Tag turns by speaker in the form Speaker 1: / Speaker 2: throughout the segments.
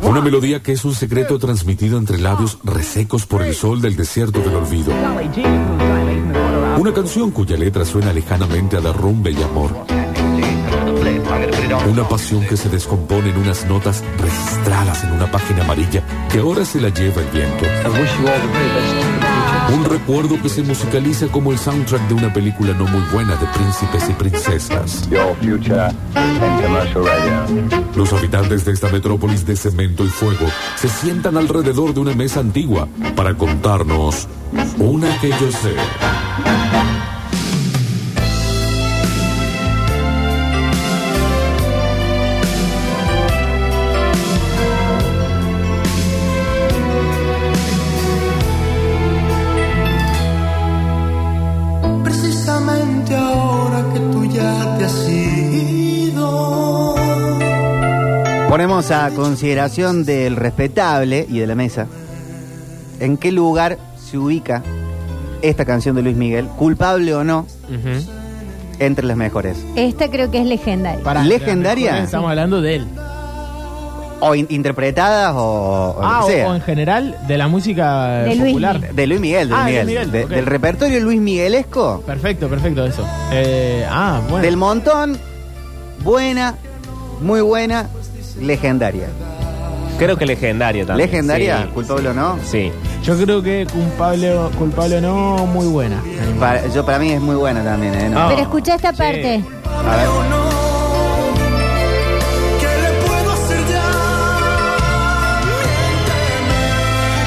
Speaker 1: Una melodía que es un secreto transmitido entre labios resecos por el sol del desierto del olvido. Una canción cuya letra suena lejanamente a derrumbe y amor. Una pasión que se descompone en unas notas registradas en una página amarilla que ahora se la lleva el viento. Un recuerdo que se musicaliza como el soundtrack de una película no muy buena de príncipes y princesas.
Speaker 2: Your future in commercial radio.
Speaker 1: Los habitantes de esta metrópolis de cemento y fuego se sientan alrededor de una mesa antigua para contarnos una que yo sé.
Speaker 3: Precisamente ahora que tú ya te has ido.
Speaker 4: Ponemos a consideración del respetable y de la mesa en qué lugar se ubica esta canción de Luis Miguel, culpable o no, entre las mejores.
Speaker 5: Esta creo que es legendaria.
Speaker 6: Pará,
Speaker 4: ¿Legendaria?
Speaker 6: mejor Estamos hablando de él.
Speaker 4: O in- interpretadas o, o lo
Speaker 6: Ah, o,
Speaker 4: que sea.
Speaker 6: o en general de la música eh,
Speaker 5: De Luis
Speaker 6: popular.
Speaker 5: Miguel.
Speaker 4: De Luis Miguel, de
Speaker 6: Ah,
Speaker 4: Luis
Speaker 6: de
Speaker 4: Miguel.
Speaker 6: Luis Miguel,
Speaker 4: De-
Speaker 6: ok.
Speaker 4: Del repertorio Luis Miguelesco,
Speaker 6: Perfecto, perfecto, eso. Eh, ah, bueno.
Speaker 4: del montón, buena, muy buena, legendaria.
Speaker 7: Creo que legendaria también.
Speaker 4: ¿Legendaria?
Speaker 7: Sí,
Speaker 4: ¿Culpable o no?
Speaker 7: Sí.
Speaker 6: Yo creo que culpable, o- culpable o no, muy buena.
Speaker 4: Para, yo, para mí es muy buena también, ¿eh? No.
Speaker 6: Ah.
Speaker 5: Pero escucha esta
Speaker 6: Sí.
Speaker 5: parte.
Speaker 4: A ver.
Speaker 3: ¿Qué le puedo hacer ya?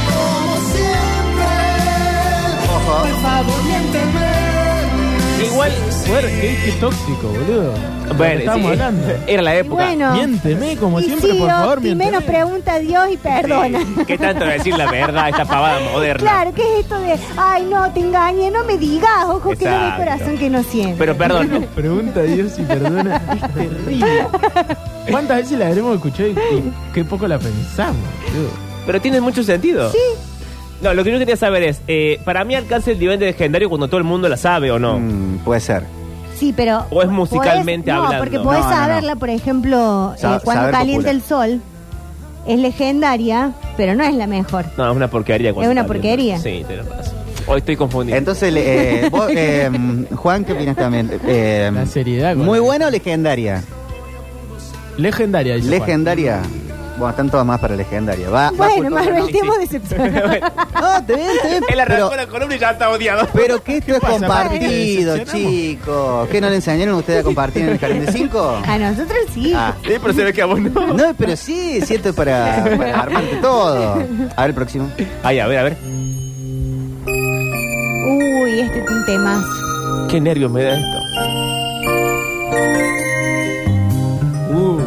Speaker 3: Miénteme como siempre.
Speaker 4: Ojo.
Speaker 3: Por favor, miénteme.
Speaker 6: Igual, bueno, qué, qué tóxico, boludo. Lo que
Speaker 7: Bueno,
Speaker 6: estábamos
Speaker 7: sí.
Speaker 6: hablando.
Speaker 7: Era la
Speaker 5: Y
Speaker 7: época.
Speaker 5: bueno.
Speaker 6: Miénteme, como
Speaker 5: y
Speaker 6: siempre,
Speaker 5: sí,
Speaker 6: por
Speaker 5: o-
Speaker 6: favor,
Speaker 5: y
Speaker 6: miénteme.
Speaker 5: menos pregunta a Dios y perdona.
Speaker 7: ¿Qué tanto decir la verdad esta pavada moderna?
Speaker 5: Claro, ¿qué es esto de, ay, no, te engañé, no me digas, ojo, que no el
Speaker 7: Exacto.
Speaker 5: corazón que no siente?
Speaker 7: Pero perdón,
Speaker 6: Pregunta a Dios y perdona. Es terrible. ¿Cuántas veces la habremos escuchado y, y qué poco la pensamos? boludo?
Speaker 7: pero tiene mucho sentido. Sí. No, lo que yo quería saber es, eh, para mí alcanza el nivel de legendario cuando todo el mundo la sabe o no.
Speaker 4: Mm, puede ser.
Speaker 5: Sí, pero...
Speaker 7: O es musicalmente
Speaker 5: podés-
Speaker 7: hablando.
Speaker 5: No, porque podés
Speaker 4: No, no, no.
Speaker 5: saberla, por ejemplo, eh,
Speaker 4: Sa-
Speaker 5: cuando
Speaker 4: saber
Speaker 5: calienta
Speaker 4: popular.
Speaker 5: el sol, es legendaria, pero no es la mejor.
Speaker 7: No, es una porquería.
Speaker 5: Es
Speaker 7: cuando
Speaker 5: una
Speaker 7: está bien.
Speaker 5: porquería.
Speaker 7: Sí, tenés razón. Hoy estoy confundido.
Speaker 4: Entonces, eh, vos, eh, Juan, ¿qué opinas también? Eh,
Speaker 6: La seriedad con
Speaker 4: ¿Muy
Speaker 6: la-
Speaker 4: buena o legendaria?
Speaker 6: Legendaria. dice Juan.
Speaker 4: Legendaria. Bueno, están todas más para legendaria. Va, va
Speaker 5: Bueno,
Speaker 4: por-
Speaker 5: Marvel,
Speaker 7: sí,
Speaker 5: te hemos
Speaker 7: sí.
Speaker 5: decepcionado.
Speaker 4: No, te ven, te ven.
Speaker 7: Él arrancó
Speaker 4: Pero,
Speaker 7: la columna y ya está odiado.
Speaker 4: pero que esto es
Speaker 6: pasa,
Speaker 4: compartido,
Speaker 6: Marvel? ¿Te
Speaker 4: chicos. ¿Qué no le enseñaron ustedes a compartir en el 45?
Speaker 5: A nosotros sí.
Speaker 4: Ah.
Speaker 7: Sí, pero se ve que a vos no.
Speaker 4: No, pero sí, siento para, para armarte todo. A ver el próximo.
Speaker 7: Ay, a ver, a ver.
Speaker 5: Uy, este es un tema.
Speaker 7: Qué nervios me da esto.
Speaker 6: Uh,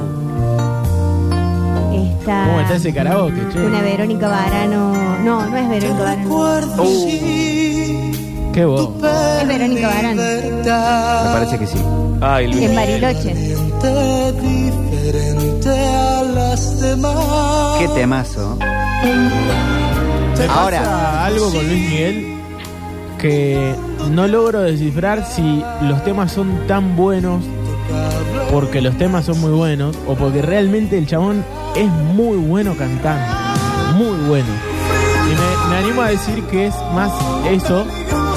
Speaker 5: Esta...
Speaker 6: ¿Cómo está ese karaoke, che?
Speaker 5: Una Verónica Barano... No, no
Speaker 3: Te
Speaker 5: es Verónica Barano.
Speaker 3: recuerdo
Speaker 2: Oh.
Speaker 7: Uh.
Speaker 3: sí,
Speaker 6: Qué voz.
Speaker 3: tu perdida
Speaker 5: Es Verónica Barán.
Speaker 4: Me
Speaker 3: libertad.
Speaker 4: parece que sí.
Speaker 7: Ay, Luis.
Speaker 5: En Bariloche.
Speaker 3: Gente diferente a las demás.
Speaker 4: Qué temazo.
Speaker 6: Me pasa
Speaker 4: Ahora.
Speaker 6: algo con Luis Miguel que no logro descifrar si los temas son tan buenos porque los temas son muy buenos o porque realmente el chabón es muy bueno cantando. Muy bueno. Y me, me animo a decir que es más eso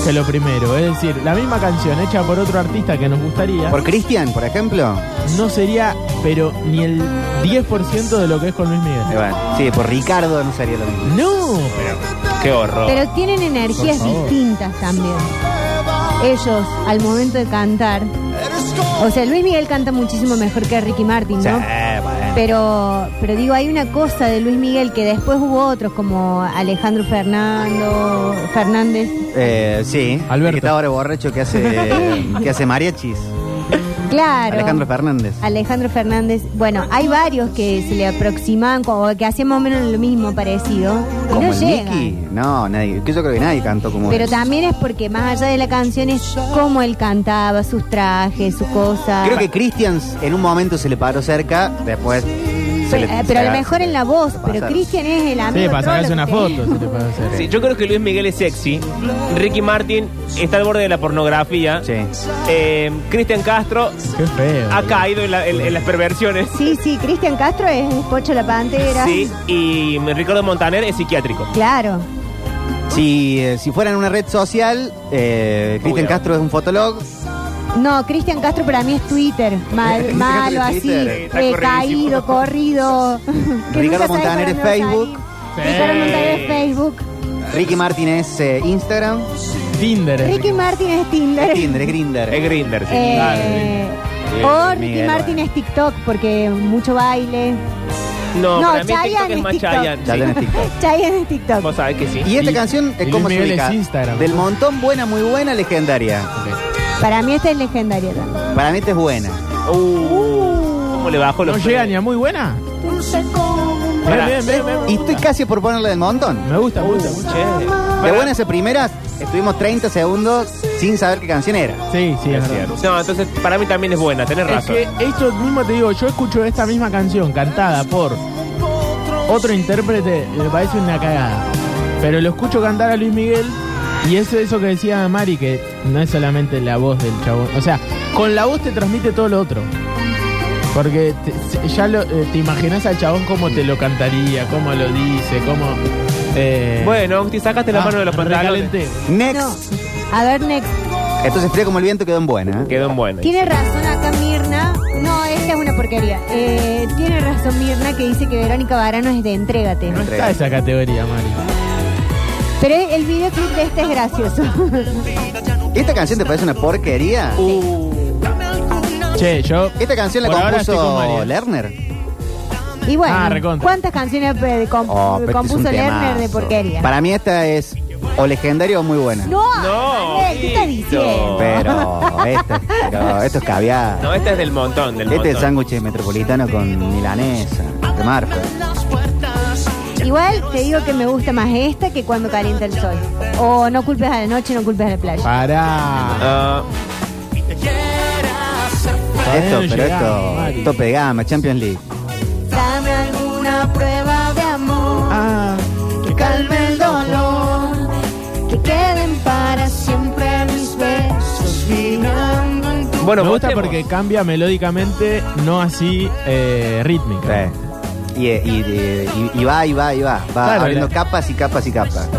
Speaker 6: que lo primero. Es decir, la misma canción hecha por otro artista que nos gustaría
Speaker 4: ¿Por Cristian, por ejemplo?
Speaker 6: no sería, pero ni el 10% de lo que es con Luis Miguel.
Speaker 4: Eh, bueno, sí, por Ricardo no sería lo
Speaker 6: Eh,
Speaker 4: mismo.
Speaker 6: No,
Speaker 7: Qué horror.
Speaker 5: Pero tienen energías
Speaker 6: Por favor.
Speaker 5: distintas también. Ellos, al momento de cantar. O sea, Luis Miguel canta muchísimo mejor que Ricky Martin,
Speaker 4: Sí,
Speaker 5: ¿no?
Speaker 4: bueno.
Speaker 5: Pero, pero digo, hay una cosa de Luis Miguel que después hubo otros como Alejandro Fernando, Fernández.
Speaker 4: Eh, sí.
Speaker 6: Alberto.
Speaker 4: Que está ahora borracho que hace, que hace mariachis.
Speaker 5: Claro.
Speaker 4: Alejandro Fernández.
Speaker 5: Alejandro Fernández. Bueno, hay varios que se le aproximan, como que hacían más o menos lo mismo parecido. Y
Speaker 4: Como
Speaker 5: no
Speaker 4: el
Speaker 5: llegan.
Speaker 4: Nicky. No, nadie. Que yo creo que nadie cantó como
Speaker 5: Pero
Speaker 4: él.
Speaker 5: también es porque más allá de la canción es cómo él cantaba, sus trajes, su cosa.
Speaker 4: Creo que Cristian en un momento se le paró cerca, después se le-
Speaker 5: eh, pero a lo
Speaker 4: se-
Speaker 5: mejor en la voz.
Speaker 4: se
Speaker 5: Pero
Speaker 4: pasaron.
Speaker 5: Cristian es el amigo.
Speaker 6: Sí, para
Speaker 5: trolo
Speaker 6: sacarse
Speaker 5: que
Speaker 6: una
Speaker 5: tenés.
Speaker 6: foto. si te puede hacer.
Speaker 7: Sí, yo creo que Luis Miguel es sexy. Ricky Martin está al borde de la pornografía.
Speaker 4: Sí.
Speaker 7: Eh, Cristian Castro
Speaker 6: Qué feo.
Speaker 7: ha caído en, la- en- en las perversiones.
Speaker 5: Sí, sí, Cristian Castro es Pocho la Pantera.
Speaker 7: Sí, y Ricardo Montaner es psiquiátrico.
Speaker 5: Claro.
Speaker 4: Si, eh, si fuera en una red social, eh, Cristian
Speaker 7: Uy,
Speaker 4: Castro es un fotolog.
Speaker 5: No, Cristian Castro para mí es Twitter. Mal,
Speaker 4: Cristian
Speaker 5: malo,
Speaker 4: Castro es
Speaker 5: así.
Speaker 4: Twitter.
Speaker 5: eh,
Speaker 7: Está corridísimo.
Speaker 5: caído, corrido. que nunca
Speaker 4: Ricardo
Speaker 5: sabes
Speaker 4: Montaner
Speaker 5: para
Speaker 4: es
Speaker 5: dónde va a
Speaker 4: Facebook.
Speaker 5: salir. Ricardo
Speaker 7: Sí.
Speaker 5: Montaner es Facebook.
Speaker 4: Ricky Martin es eh, Instagram.
Speaker 6: Tinder. es
Speaker 5: Ricky Martin es Tinder.
Speaker 4: Es Tinder, es Grinder.
Speaker 7: Es Grinder, sí.
Speaker 5: Eh,
Speaker 4: Bien,
Speaker 5: o
Speaker 4: Miguel,
Speaker 5: Ricky Martin
Speaker 4: bueno.
Speaker 5: es TikTok porque mucho baile.
Speaker 7: Ah, No,
Speaker 5: No,
Speaker 7: para mí TikTok
Speaker 5: Chayanne
Speaker 7: es
Speaker 5: es
Speaker 7: más
Speaker 5: TikTok.
Speaker 7: Chayanne.
Speaker 4: Ya tenés
Speaker 7: sí.
Speaker 4: TikTok.
Speaker 5: Chayanne es TikTok.
Speaker 7: Vos sabés que sí.
Speaker 4: Y esta
Speaker 6: Y-
Speaker 4: canción, eh,
Speaker 6: y
Speaker 4: ¿cómo
Speaker 6: Luis
Speaker 4: se
Speaker 6: Miguel
Speaker 4: ubica?
Speaker 6: es Instagram.
Speaker 4: Del montón, buena, muy buena, legendaria.
Speaker 5: Para mí esta es legendaria también.
Speaker 4: Para mí esta es buena.
Speaker 7: Uh, ¿Cómo le bajo
Speaker 6: No
Speaker 7: los
Speaker 6: llega ni a muy buena.
Speaker 7: Pará.
Speaker 6: Bien, bien, bien,
Speaker 4: Y
Speaker 6: bien.
Speaker 4: estoy casi por ponerla del montón.
Speaker 6: Me gusta, me gusta, me gusta.
Speaker 7: Che.
Speaker 4: De
Speaker 7: eh. Pará.
Speaker 4: buenas a primeras, estuvimos 30 segundos sin saber qué canción era.
Speaker 6: Sí, sí, es verdad.
Speaker 7: No, entonces para mí también es buena, tenés
Speaker 6: Es
Speaker 7: razón.
Speaker 6: que esto mismo te digo, yo escucho esta misma canción cantada por otro intérprete, me parece una cagada. Pero lo escucho cantar a Luis Miguel y es eso que decía Mari, que no es solamente la voz del chabón. O sea, con la voz te transmite todo lo otro. Porque te- ya lo, eh, te imaginas al chabón cómo te lo cantaría, cómo lo dice, cómo... eh,
Speaker 7: Bueno, Agustín, sacaste la
Speaker 6: ah,
Speaker 7: mano de los pantalones.
Speaker 6: recalenté.
Speaker 4: Next.
Speaker 5: No. A ver, Next.
Speaker 4: Entonces fría como el viento quedó en buena. ¿eh?
Speaker 7: Quedó en buena.
Speaker 5: Tiene razón acá Mirna. No, esta es una porquería. Eh, tiene razón Mirna que dice que Verónica Barano es de Entrégate.
Speaker 6: No está esa categoría, Mari.
Speaker 5: Pero el videoclip de este es gracioso.
Speaker 4: ¿Esta canción te parece una porquería?
Speaker 6: Che, yo...
Speaker 4: Esta canción la
Speaker 6: por ahora estoy con
Speaker 4: compuso
Speaker 6: Mari.
Speaker 4: Lerner.
Speaker 5: y bueno,
Speaker 6: Ah, recontra.
Speaker 5: ¿cuántas canciones eh, comp-
Speaker 4: Oh, pero este es un
Speaker 5: compuso Lerner
Speaker 4: temazo.
Speaker 5: de porquería?
Speaker 4: Para mí esta es o legendaria o muy buena.
Speaker 5: No,
Speaker 7: No,
Speaker 5: Daniel, ¿qué estás
Speaker 7: Vito.
Speaker 5: diciendo?
Speaker 4: Pero, esto, pero esto es caviar.
Speaker 7: No, esta es del montón, del
Speaker 4: este es el
Speaker 7: montón.
Speaker 4: sándwich metropolitano con milanesa. De marca.
Speaker 5: Igual te digo que me gusta más esta que cuando calienta el sol. O no culpes a la noche, no culpes a la playa.
Speaker 6: Pará.
Speaker 7: Ah,
Speaker 6: no
Speaker 4: Esto, pero
Speaker 6: llegamos,
Speaker 4: esto,
Speaker 6: Mari.
Speaker 4: tope de gama, Champions League.
Speaker 5: Dame alguna prueba de amor,
Speaker 6: Ah,
Speaker 5: que calme el dolor, que queden para siempre mis besos vibrando en tu
Speaker 7: bueno,
Speaker 6: me gusta
Speaker 7: votemos.
Speaker 6: porque cambia melódicamente, no así eh, rítmica.
Speaker 4: Sí. Y, eh, y, eh, y- y va, y va, y va. Va
Speaker 6: Claro,
Speaker 4: abriendo
Speaker 6: la-
Speaker 4: capas y capas y capas.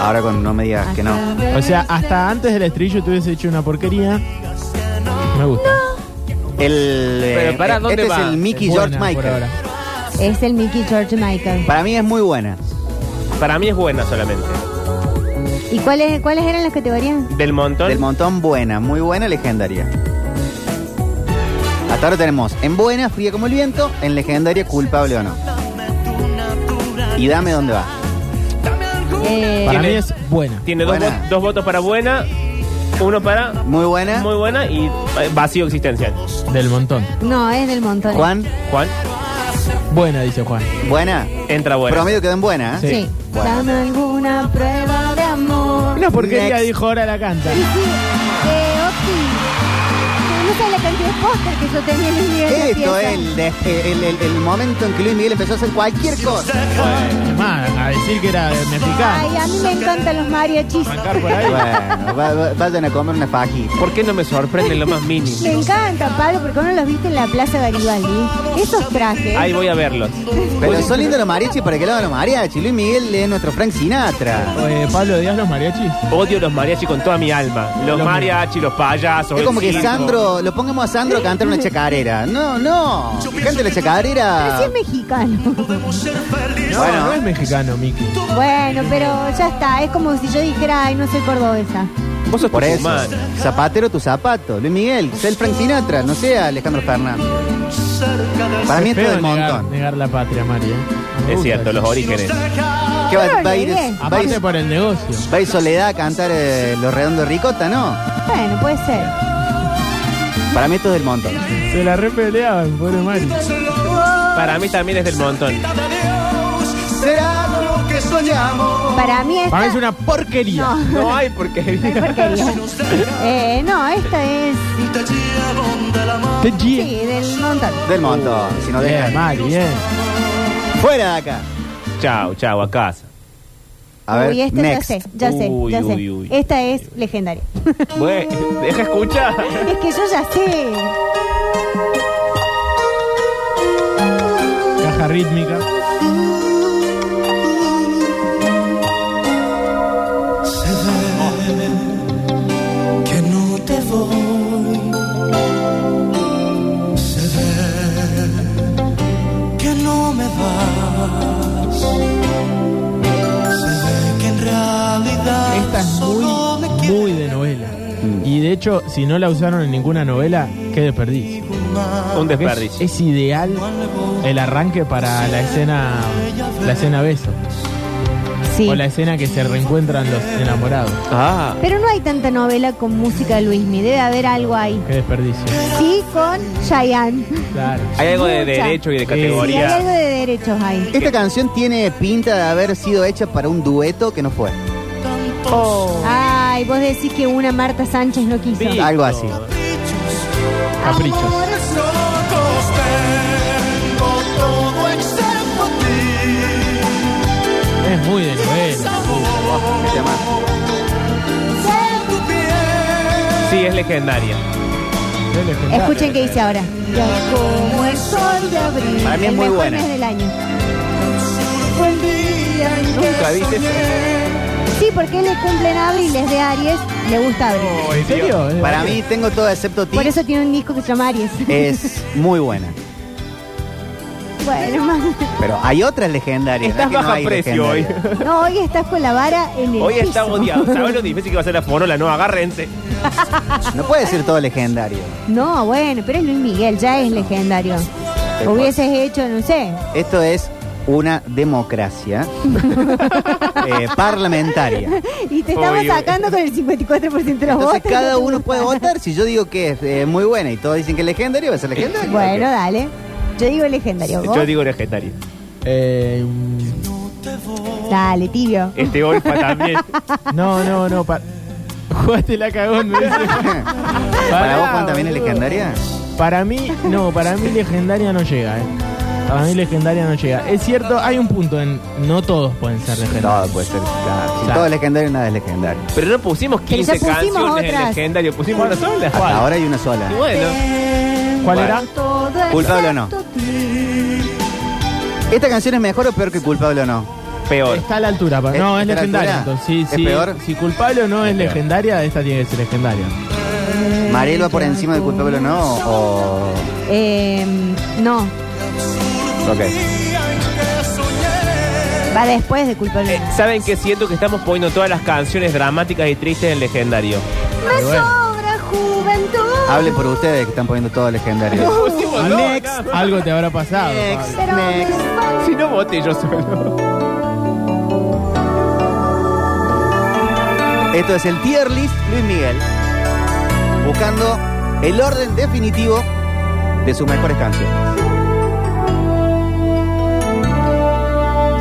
Speaker 4: Ahora con no me digas que no.
Speaker 6: O sea, hasta antes del estribillo tú hubiese hecho una porquería. Me gusta.
Speaker 4: El, eh,
Speaker 7: Pero pará, ¿dónde
Speaker 4: este
Speaker 7: va?
Speaker 4: es el Mickey
Speaker 6: Es
Speaker 4: George
Speaker 6: buena por
Speaker 4: Michael.
Speaker 6: ahora.
Speaker 5: Es el Mickey George Michael.
Speaker 4: Para mí es muy buena.
Speaker 7: Para mí es buena solamente.
Speaker 5: ¿Y cuáles cuáles eran las categorías?
Speaker 7: Del montón.
Speaker 4: Del montón buena, muy buena, legendaria. Hasta ahora tenemos en buena, fría como el viento, en legendaria, culpable o no. Y dame dónde va.
Speaker 5: Eh,
Speaker 6: Para mí
Speaker 7: Tiene-
Speaker 6: es buena.
Speaker 7: Tiene dos,
Speaker 4: Buena.
Speaker 7: vo- dos votos para buena, uno para
Speaker 4: Muy buena.
Speaker 7: muy buena y eh, vacío existencial.
Speaker 6: Del montón.
Speaker 5: no, es del montón.
Speaker 4: Juan,
Speaker 7: Juan,
Speaker 6: Buena, dice Juan.
Speaker 4: buena.
Speaker 7: entra buena.
Speaker 4: Promedio quedó en buena. ¿eh?
Speaker 5: Sí.
Speaker 6: Sí.
Speaker 4: Bueno.
Speaker 5: Dame alguna prueba de amor.
Speaker 6: Una porquería
Speaker 4: Next.
Speaker 6: dijo ahora la canta.
Speaker 5: Sí, sí. Eh, Oki. No sabes la cantidad de póster que yo tenía en el día de la
Speaker 4: Esto
Speaker 5: fiesta.
Speaker 4: es el, de- el- el- el momento en que Luis Miguel empezó a hacer cualquier cosa.
Speaker 6: Es más, a decir que era
Speaker 5: Ay,
Speaker 6: mexicano.
Speaker 5: a mí me encantan los mariachis.
Speaker 6: Arrancar
Speaker 4: pues.
Speaker 6: por ahí.
Speaker 4: Bueno, va- va- vayan a comer una fajita.
Speaker 7: ¿Por qué no me sorprende lo más mínimo?
Speaker 5: Me encantan, Pablo, porque uno los viste en la Plaza Garibaldi. Esos trajes.
Speaker 7: Ahí voy a verlos.
Speaker 4: Pero son lindos los mariachis para que lo hagan los mariachis. Luis Miguel es nuestro Frank Sinatra.
Speaker 6: Eh, Pablo Díaz, los mariachis.
Speaker 7: Odio los mariachi con toda mi alma. Los
Speaker 6: Lo
Speaker 7: mariachi, los payasos.
Speaker 4: Es
Speaker 7: el
Speaker 4: como que
Speaker 7: circo.
Speaker 4: Sandro, lo pongamos a Sandro a cantar una chacarera. No, no. Cante la
Speaker 5: Pero
Speaker 4: chacarera.
Speaker 5: sí es mexicano.
Speaker 6: No,
Speaker 4: Bueno.
Speaker 6: no es mexicano, Miki.
Speaker 5: bueno, pero ya está. Es como si yo dijera, ay, no soy cordobesa.
Speaker 7: Vos sos
Speaker 4: Por eso.
Speaker 7: tucumán.
Speaker 4: Zapatero tu zapato. Luis Miguel, sé el Frank Sinatra, no sea Alejandro Fernández. Para mí
Speaker 6: Qué
Speaker 4: esto es
Speaker 6: feo
Speaker 4: del
Speaker 6: negar,
Speaker 4: montón.
Speaker 6: negar la patria, ¿eh? María.
Speaker 7: Es cierto, los orígenes.
Speaker 4: ¿Qué va,
Speaker 5: Pero
Speaker 4: va a ir,
Speaker 5: bien.
Speaker 4: va a ir-
Speaker 6: Aparte por el negocio.
Speaker 4: va a ir Soledad a cantar eh, Los Redondos Ricota? No.
Speaker 5: Bueno, puede ser.
Speaker 4: Para mí esto es del montón.
Speaker 6: Se la repeleaban, pobre Mari.
Speaker 7: Para mí también es del montón.
Speaker 4: Será lo que
Speaker 3: soñamos.
Speaker 5: Para mí esta...
Speaker 6: Para mí es una porquería.
Speaker 5: No, no
Speaker 7: No hay porquería.
Speaker 5: es porquería. Eh, no, esta es...
Speaker 3: Te llevo de la mano.
Speaker 6: Te gie-
Speaker 5: Sí, del montón.
Speaker 4: Del montón, si no
Speaker 6: Bien,
Speaker 4: dejan.
Speaker 6: Mari, bien.
Speaker 4: Fuera de acá.
Speaker 7: Chau, chau, a casa.
Speaker 4: A ver,
Speaker 5: Uy, esta
Speaker 4: next.
Speaker 5: ya sé, ya sé,
Speaker 7: Uy,
Speaker 5: ya sé.
Speaker 7: uy, uy.
Speaker 5: Esta es legendaria.
Speaker 7: Bueno, deja escuchar.
Speaker 5: es que yo ya sé.
Speaker 6: Caja rítmica.
Speaker 3: Se ve que no te voy. Se ve que no me vas. Se ve que en realidad
Speaker 6: Esta es muy,
Speaker 3: solo me quieres
Speaker 6: muy de novela. Y de hecho, si no la usaron en ninguna novela, qué desperdicio.
Speaker 7: Un
Speaker 6: Porque es-
Speaker 7: desperdicio.
Speaker 6: Es, ideal el arranque para la escena, la escena beso.
Speaker 5: Sí.
Speaker 6: O la escena que se reencuentran los enamorados.
Speaker 7: Ah.
Speaker 5: Pero no hay tanta novela con música de Luismi. Debe haber algo ahí.
Speaker 6: Qué desperdicio.
Speaker 5: Sí, con Chayanne.
Speaker 6: Claro.
Speaker 7: Hay algo de
Speaker 5: Mucha.
Speaker 7: derecho y de
Speaker 6: Sí. Moría.
Speaker 5: Sí, hay algo
Speaker 7: categoría.
Speaker 5: de derechos ahí.
Speaker 4: Esta canción tiene pinta de haber sido hecha para un dueto que no fue.
Speaker 5: Ay, vos decís que una Marta Sánchez no quiso.
Speaker 7: Sí.
Speaker 4: Algo así.
Speaker 6: Caprichos.
Speaker 3: Amores locos tengo todo excepto ti.
Speaker 6: Es muy de novela.
Speaker 3: Sabor
Speaker 4: Se llama
Speaker 3: de tu piel.
Speaker 7: Sí, es legendaria.
Speaker 6: Es legendario.
Speaker 5: Escuchen qué dice ahora. Ya como el sol de abril.
Speaker 4: Para mí es
Speaker 5: el
Speaker 4: muy
Speaker 5: mejor
Speaker 4: buena.
Speaker 5: mes del año.
Speaker 3: Fue el día en
Speaker 7: Nunca
Speaker 3: que
Speaker 7: dices-
Speaker 3: soñé.
Speaker 5: Sí, porque él le cumple en abril, es de Aries, le gusta abril.
Speaker 6: ¿En serio? Es
Speaker 4: Para
Speaker 6: de-
Speaker 4: mí, tengo todo excepto ti.
Speaker 5: Por eso tiene un disco que se llama Aries.
Speaker 4: Es muy buena.
Speaker 5: bueno, man.
Speaker 4: Pero hay otras legendarias. no es
Speaker 7: Estás
Speaker 4: que no
Speaker 7: baja
Speaker 4: hay
Speaker 7: precio hoy.
Speaker 4: legendarias.
Speaker 5: No, hoy estás con la vara en el
Speaker 7: Hoy
Speaker 5: piso.
Speaker 7: está odiado. ¿Sabes lo difícil que va a ser la forola? No, agárrense.
Speaker 4: No puede ser todo legendario.
Speaker 5: No, bueno, pero es Luis Miguel, ya es legendario. Hubieses hecho, no sé.
Speaker 4: Esto es una democracia eh, parlamentaria.
Speaker 5: Y te estamos
Speaker 7: Uy, uy.
Speaker 5: sacando con el 54% de los votos.
Speaker 4: Entonces cada
Speaker 5: no te
Speaker 4: uno
Speaker 5: gusta.
Speaker 4: puede votar. Si yo digo que es eh, muy buena y todos dicen que es legendaria, va a ser legendaria.
Speaker 5: Bueno, dale. Yo digo legendario. ¿Vos?
Speaker 7: Yo digo legendaria.
Speaker 6: Eh, mm,
Speaker 5: Dale, tibio.
Speaker 7: Este golfa también.
Speaker 6: no, no, no. pa- Jugaste la cagón. me dice.
Speaker 4: ¿Para vos Juan
Speaker 6: Pará,
Speaker 4: también es
Speaker 6: boludo.
Speaker 4: legendaria?
Speaker 6: Para mí, no, para mí legendaria no llega, eh. Para mí legendaria no llega. Es cierto, hay un punto en no todos pueden ser legendarios.
Speaker 4: Todo puede ser. claro. Si
Speaker 6: Claro.
Speaker 4: todo es legendario, nada es legendario.
Speaker 7: Pero no pusimos
Speaker 5: Pero ya
Speaker 7: 15
Speaker 5: pusimos
Speaker 7: canciones en
Speaker 5: otras.
Speaker 7: legendario, pusimos una sola.
Speaker 4: Hasta ahora hay una sola.
Speaker 7: Y bueno,
Speaker 6: ¿Cuál
Speaker 7: Bueno.
Speaker 6: era?
Speaker 5: Todo
Speaker 4: Culpable o no.
Speaker 5: excepto ti.
Speaker 4: ¿Esta canción es mejor o peor que culpable o no?
Speaker 7: peor.
Speaker 6: Está a la altura, pa-
Speaker 4: ¿Es-
Speaker 6: no, es
Speaker 4: está a la
Speaker 6: legendaria.
Speaker 4: altura?
Speaker 6: entonces, sí,
Speaker 4: ¿Es
Speaker 6: sí,
Speaker 4: peor?
Speaker 6: Si culpable o no es
Speaker 7: Es peor.
Speaker 6: legendaria, esta tiene que ser legendaria.
Speaker 4: ¿Mariel va por encima de culpable o no? O.
Speaker 5: Eh, no,
Speaker 4: Ok.
Speaker 5: va después de culpable.
Speaker 7: Eh, ¿Saben qué siento? Que estamos poniendo todas las canciones dramáticas y tristes en legendario.
Speaker 5: Me
Speaker 6: Pero bueno.
Speaker 5: sobra juventud.
Speaker 4: Hablen por ustedes que están poniendo todo legendario.
Speaker 7: Pusimos dos,
Speaker 6: Alex,
Speaker 7: nada más.
Speaker 6: algo te habrá pasado. Pablo.
Speaker 5: Pero me falta-
Speaker 7: Si no voté yo solo.
Speaker 4: Esto es el tier list Luis Miguel. Buscando el orden definitivo de sus mejores canciones.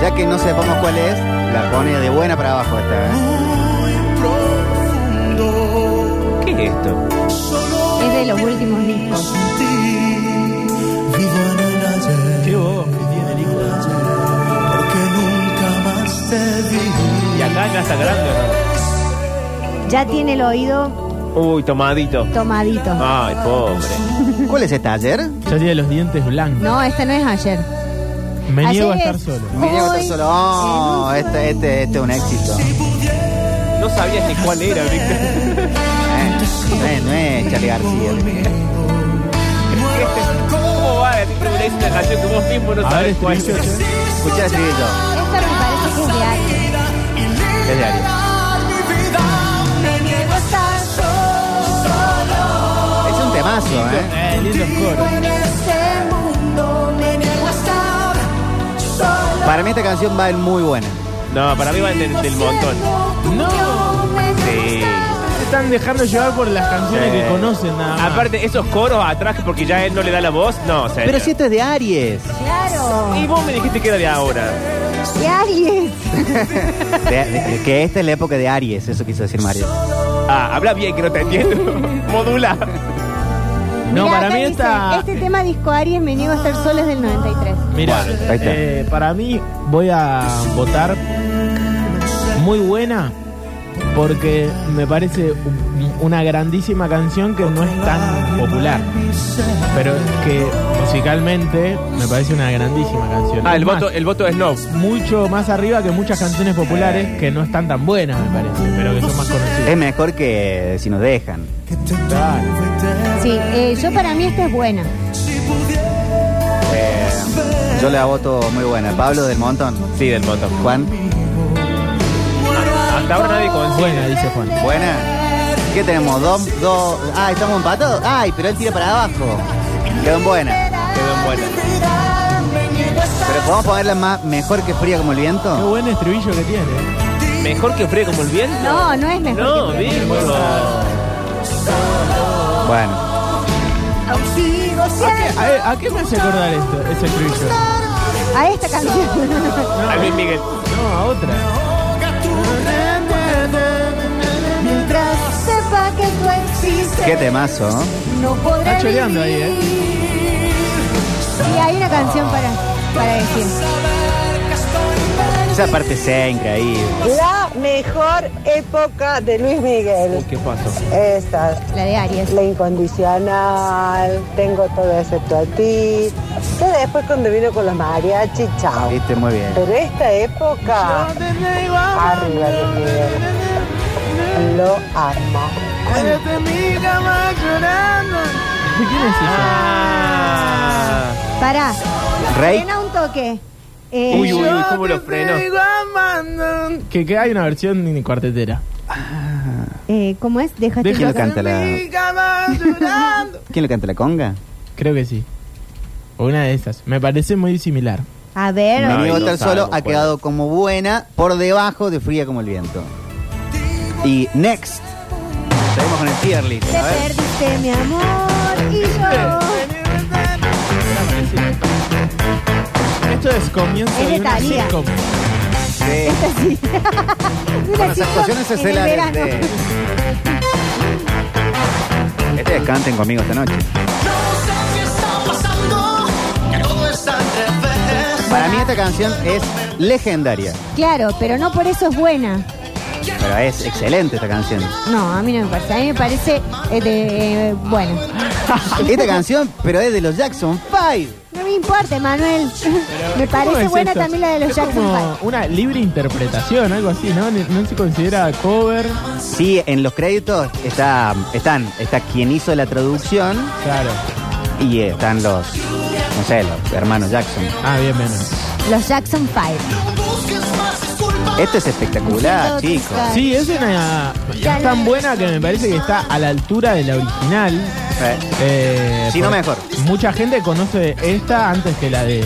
Speaker 4: Ya que no sepamos cuál es, la pone de buena para abajo esta. ¿eh?
Speaker 3: Muy profundo,
Speaker 7: ¿Qué es esto?
Speaker 3: solo
Speaker 5: Es de los últimos discos.
Speaker 3: sin ti. Vivo en el ayer,
Speaker 6: Qué bobo que tiene el hijo.
Speaker 3: porque nunca más te vi.
Speaker 7: Y acá ya está grande.
Speaker 5: Ya tiene el oído
Speaker 7: ¿no? Uy, tomadito.
Speaker 5: tomadito.
Speaker 7: Ay, pobre.
Speaker 4: ¿Cuál es esta ayer?
Speaker 6: Ya tiene los dientes blancos.
Speaker 5: No, este no es ayer.
Speaker 6: Me
Speaker 5: Ayer
Speaker 6: niego a
Speaker 5: es
Speaker 6: estar solo.
Speaker 4: Me niego a estar
Speaker 5: hoy,
Speaker 4: solo. Oh,
Speaker 5: en un
Speaker 4: este, este, este es un éxito.
Speaker 7: No sabías ni cuál era, Víctor.
Speaker 4: Eh, no es- no es Charlie García. eh.
Speaker 7: ¿Cómo va? Te preguntáis una canción que vos mismo no
Speaker 6: A ver, este
Speaker 7: sabés cuál es.
Speaker 6: estribillo, che.
Speaker 4: Escuchá el estribillo.
Speaker 5: Esta Este me parece que es de Aries.
Speaker 4: Es de Aries. Es un temazo, ¿eh?
Speaker 6: Eh, lindos coros.
Speaker 3: este
Speaker 4: Para mí esta canción va en muy buena.
Speaker 7: No, para mí va del, del montón.
Speaker 6: No.
Speaker 7: Sí.
Speaker 6: Se están dejando llevar por las canciones
Speaker 7: Sí.
Speaker 6: que conocen nada más.
Speaker 7: Aparte, esos coros atrás, porque ya él no le da la voz, no, o sea.
Speaker 4: Pero si esto es de Aries.
Speaker 5: Claro.
Speaker 7: Y vos me dijiste que era de ahora.
Speaker 5: Y Aries.
Speaker 4: De- de- que esta es la época de Aries, eso quiso decir Mario.
Speaker 7: Ah, habla bien que no te entiendo. Modula.
Speaker 6: No,
Speaker 5: Mirá,
Speaker 6: para
Speaker 5: acá
Speaker 6: mí
Speaker 5: dice,
Speaker 6: está.
Speaker 5: Este tema disco Aries me niego a estar solo es del 93.
Speaker 6: Mira, eh,
Speaker 4: ahí está.
Speaker 6: para mí voy a votar muy buena porque me parece un- una grandísima canción que no es tan popular, pero que musicalmente me parece una grandísima canción.
Speaker 7: Ah, el
Speaker 6: Es más,
Speaker 7: voto, el voto es no.
Speaker 6: mucho más arriba que muchas canciones populares que no están tan buenas, me parece, pero que son más
Speaker 4: Es
Speaker 6: conocidas.
Speaker 4: mejor que si nos dejan.
Speaker 6: Claro.
Speaker 5: Sí, eh, yo para mí esta es buena.
Speaker 4: Eh, yo la voto muy buena. Pablo del Montón.
Speaker 7: Sí, del voto.
Speaker 4: Juan,
Speaker 7: Hasta ahora nadie coincide.
Speaker 6: Buena, dice Juan.
Speaker 4: buena. ¿Qué tenemos? Dos, dos. Ah, estamos empatados. Ay, pero él tira para abajo. Quedó en buena.
Speaker 7: Quedó en buena.
Speaker 4: Pero podemos ponerla más mejor que fría como el
Speaker 6: Qué
Speaker 4: viento.
Speaker 6: buen estribillo que tiene. ¿eh?
Speaker 7: Mejor que frío como el viento.
Speaker 5: No, no es mejor.
Speaker 7: No,
Speaker 5: que-
Speaker 7: bien, bueno.
Speaker 4: Bueno,
Speaker 6: ¿A, eh, ¿a qué me hace acordar esto, ese estribillo?
Speaker 5: A esta canción.
Speaker 7: A Luis Miguel.
Speaker 6: No, a otra.
Speaker 5: Mientras sepa que tú existes.
Speaker 4: qué temazo. ¿no?
Speaker 5: No podré
Speaker 6: Está choreando ahí, ¿eh?
Speaker 5: Y hay una canción para, para decir.
Speaker 4: Esa parte sea increíble.
Speaker 8: La mejor época de Luis Miguel.
Speaker 7: ¿Qué pasó?
Speaker 8: Esta,
Speaker 5: La de Aries.
Speaker 8: la incondicional, tengo todo excepto a ti. Que después cuando vino con los mariachi, chao.
Speaker 4: Viste, muy bien.
Speaker 8: Pero esta época, arriba Luis Miguel. Lo amo.
Speaker 6: ¿De quién es esa?
Speaker 7: Ah.
Speaker 5: Pará.
Speaker 4: Rey,
Speaker 5: Frena un toque. Eh,
Speaker 7: Uy, uy, uy, cómo lo frenó.
Speaker 6: Que, que hay una versión en cuartetera.
Speaker 5: eh, ¿Cómo es? Déjate
Speaker 4: ¿quién lo
Speaker 5: tocar.
Speaker 4: canta la. ¿Quién lo canta la conga?
Speaker 6: Creo que sí. O una de esas. Me parece muy similar.
Speaker 5: A ver.
Speaker 4: Me
Speaker 7: No,
Speaker 4: niego a
Speaker 7: y
Speaker 4: estar
Speaker 7: salgo,
Speaker 4: solo ha
Speaker 7: pues.
Speaker 4: quedado como buena por debajo de fría como el viento. Y next. Seguimos con el tier list.
Speaker 5: Te
Speaker 4: A ver.
Speaker 5: perdiste, mi amor. Y yo.
Speaker 6: Esto es comienzo
Speaker 5: Es de
Speaker 6: de una
Speaker 5: Thalía.
Speaker 6: sitcom.
Speaker 4: Sí.
Speaker 5: Mira,
Speaker 4: Bueno, las
Speaker 5: chicos,
Speaker 4: actuaciones
Speaker 5: en el
Speaker 4: estelares
Speaker 5: verano.
Speaker 4: de. Ustedes Este canten conmigo esta noche. Para mí esta canción es legendaria.
Speaker 5: Claro, pero no por eso es buena.
Speaker 4: Pero es excelente esta canción.
Speaker 5: No, a mí no me parece. A mí me parece eh, de- eh, bueno.
Speaker 4: Esta canción, pero es de los Jackson 5.
Speaker 5: No me importa, Manuel. me
Speaker 6: ¿Cómo
Speaker 5: parece
Speaker 6: es
Speaker 5: buena
Speaker 6: esto?
Speaker 5: también la de los
Speaker 6: Es
Speaker 5: Jackson
Speaker 6: como
Speaker 5: Five.
Speaker 6: Una libre interpretación, algo así, ¿no? Ni- No se considera cover.
Speaker 4: Sí, en los créditos está, están, está quien hizo la traducción
Speaker 6: Claro.
Speaker 4: y están los, no sé, los hermanos Jackson.
Speaker 6: Ah, bien, bien. bien.
Speaker 5: Los Jackson Five.
Speaker 4: Esto es espectacular, chicos.
Speaker 6: Sí, es una. Es tan buena que me parece que está a la altura de la original.
Speaker 4: Eh,
Speaker 6: Eh,
Speaker 4: Si no,
Speaker 6: por-
Speaker 4: mejor.
Speaker 6: Mucha gente conoce esta antes que la de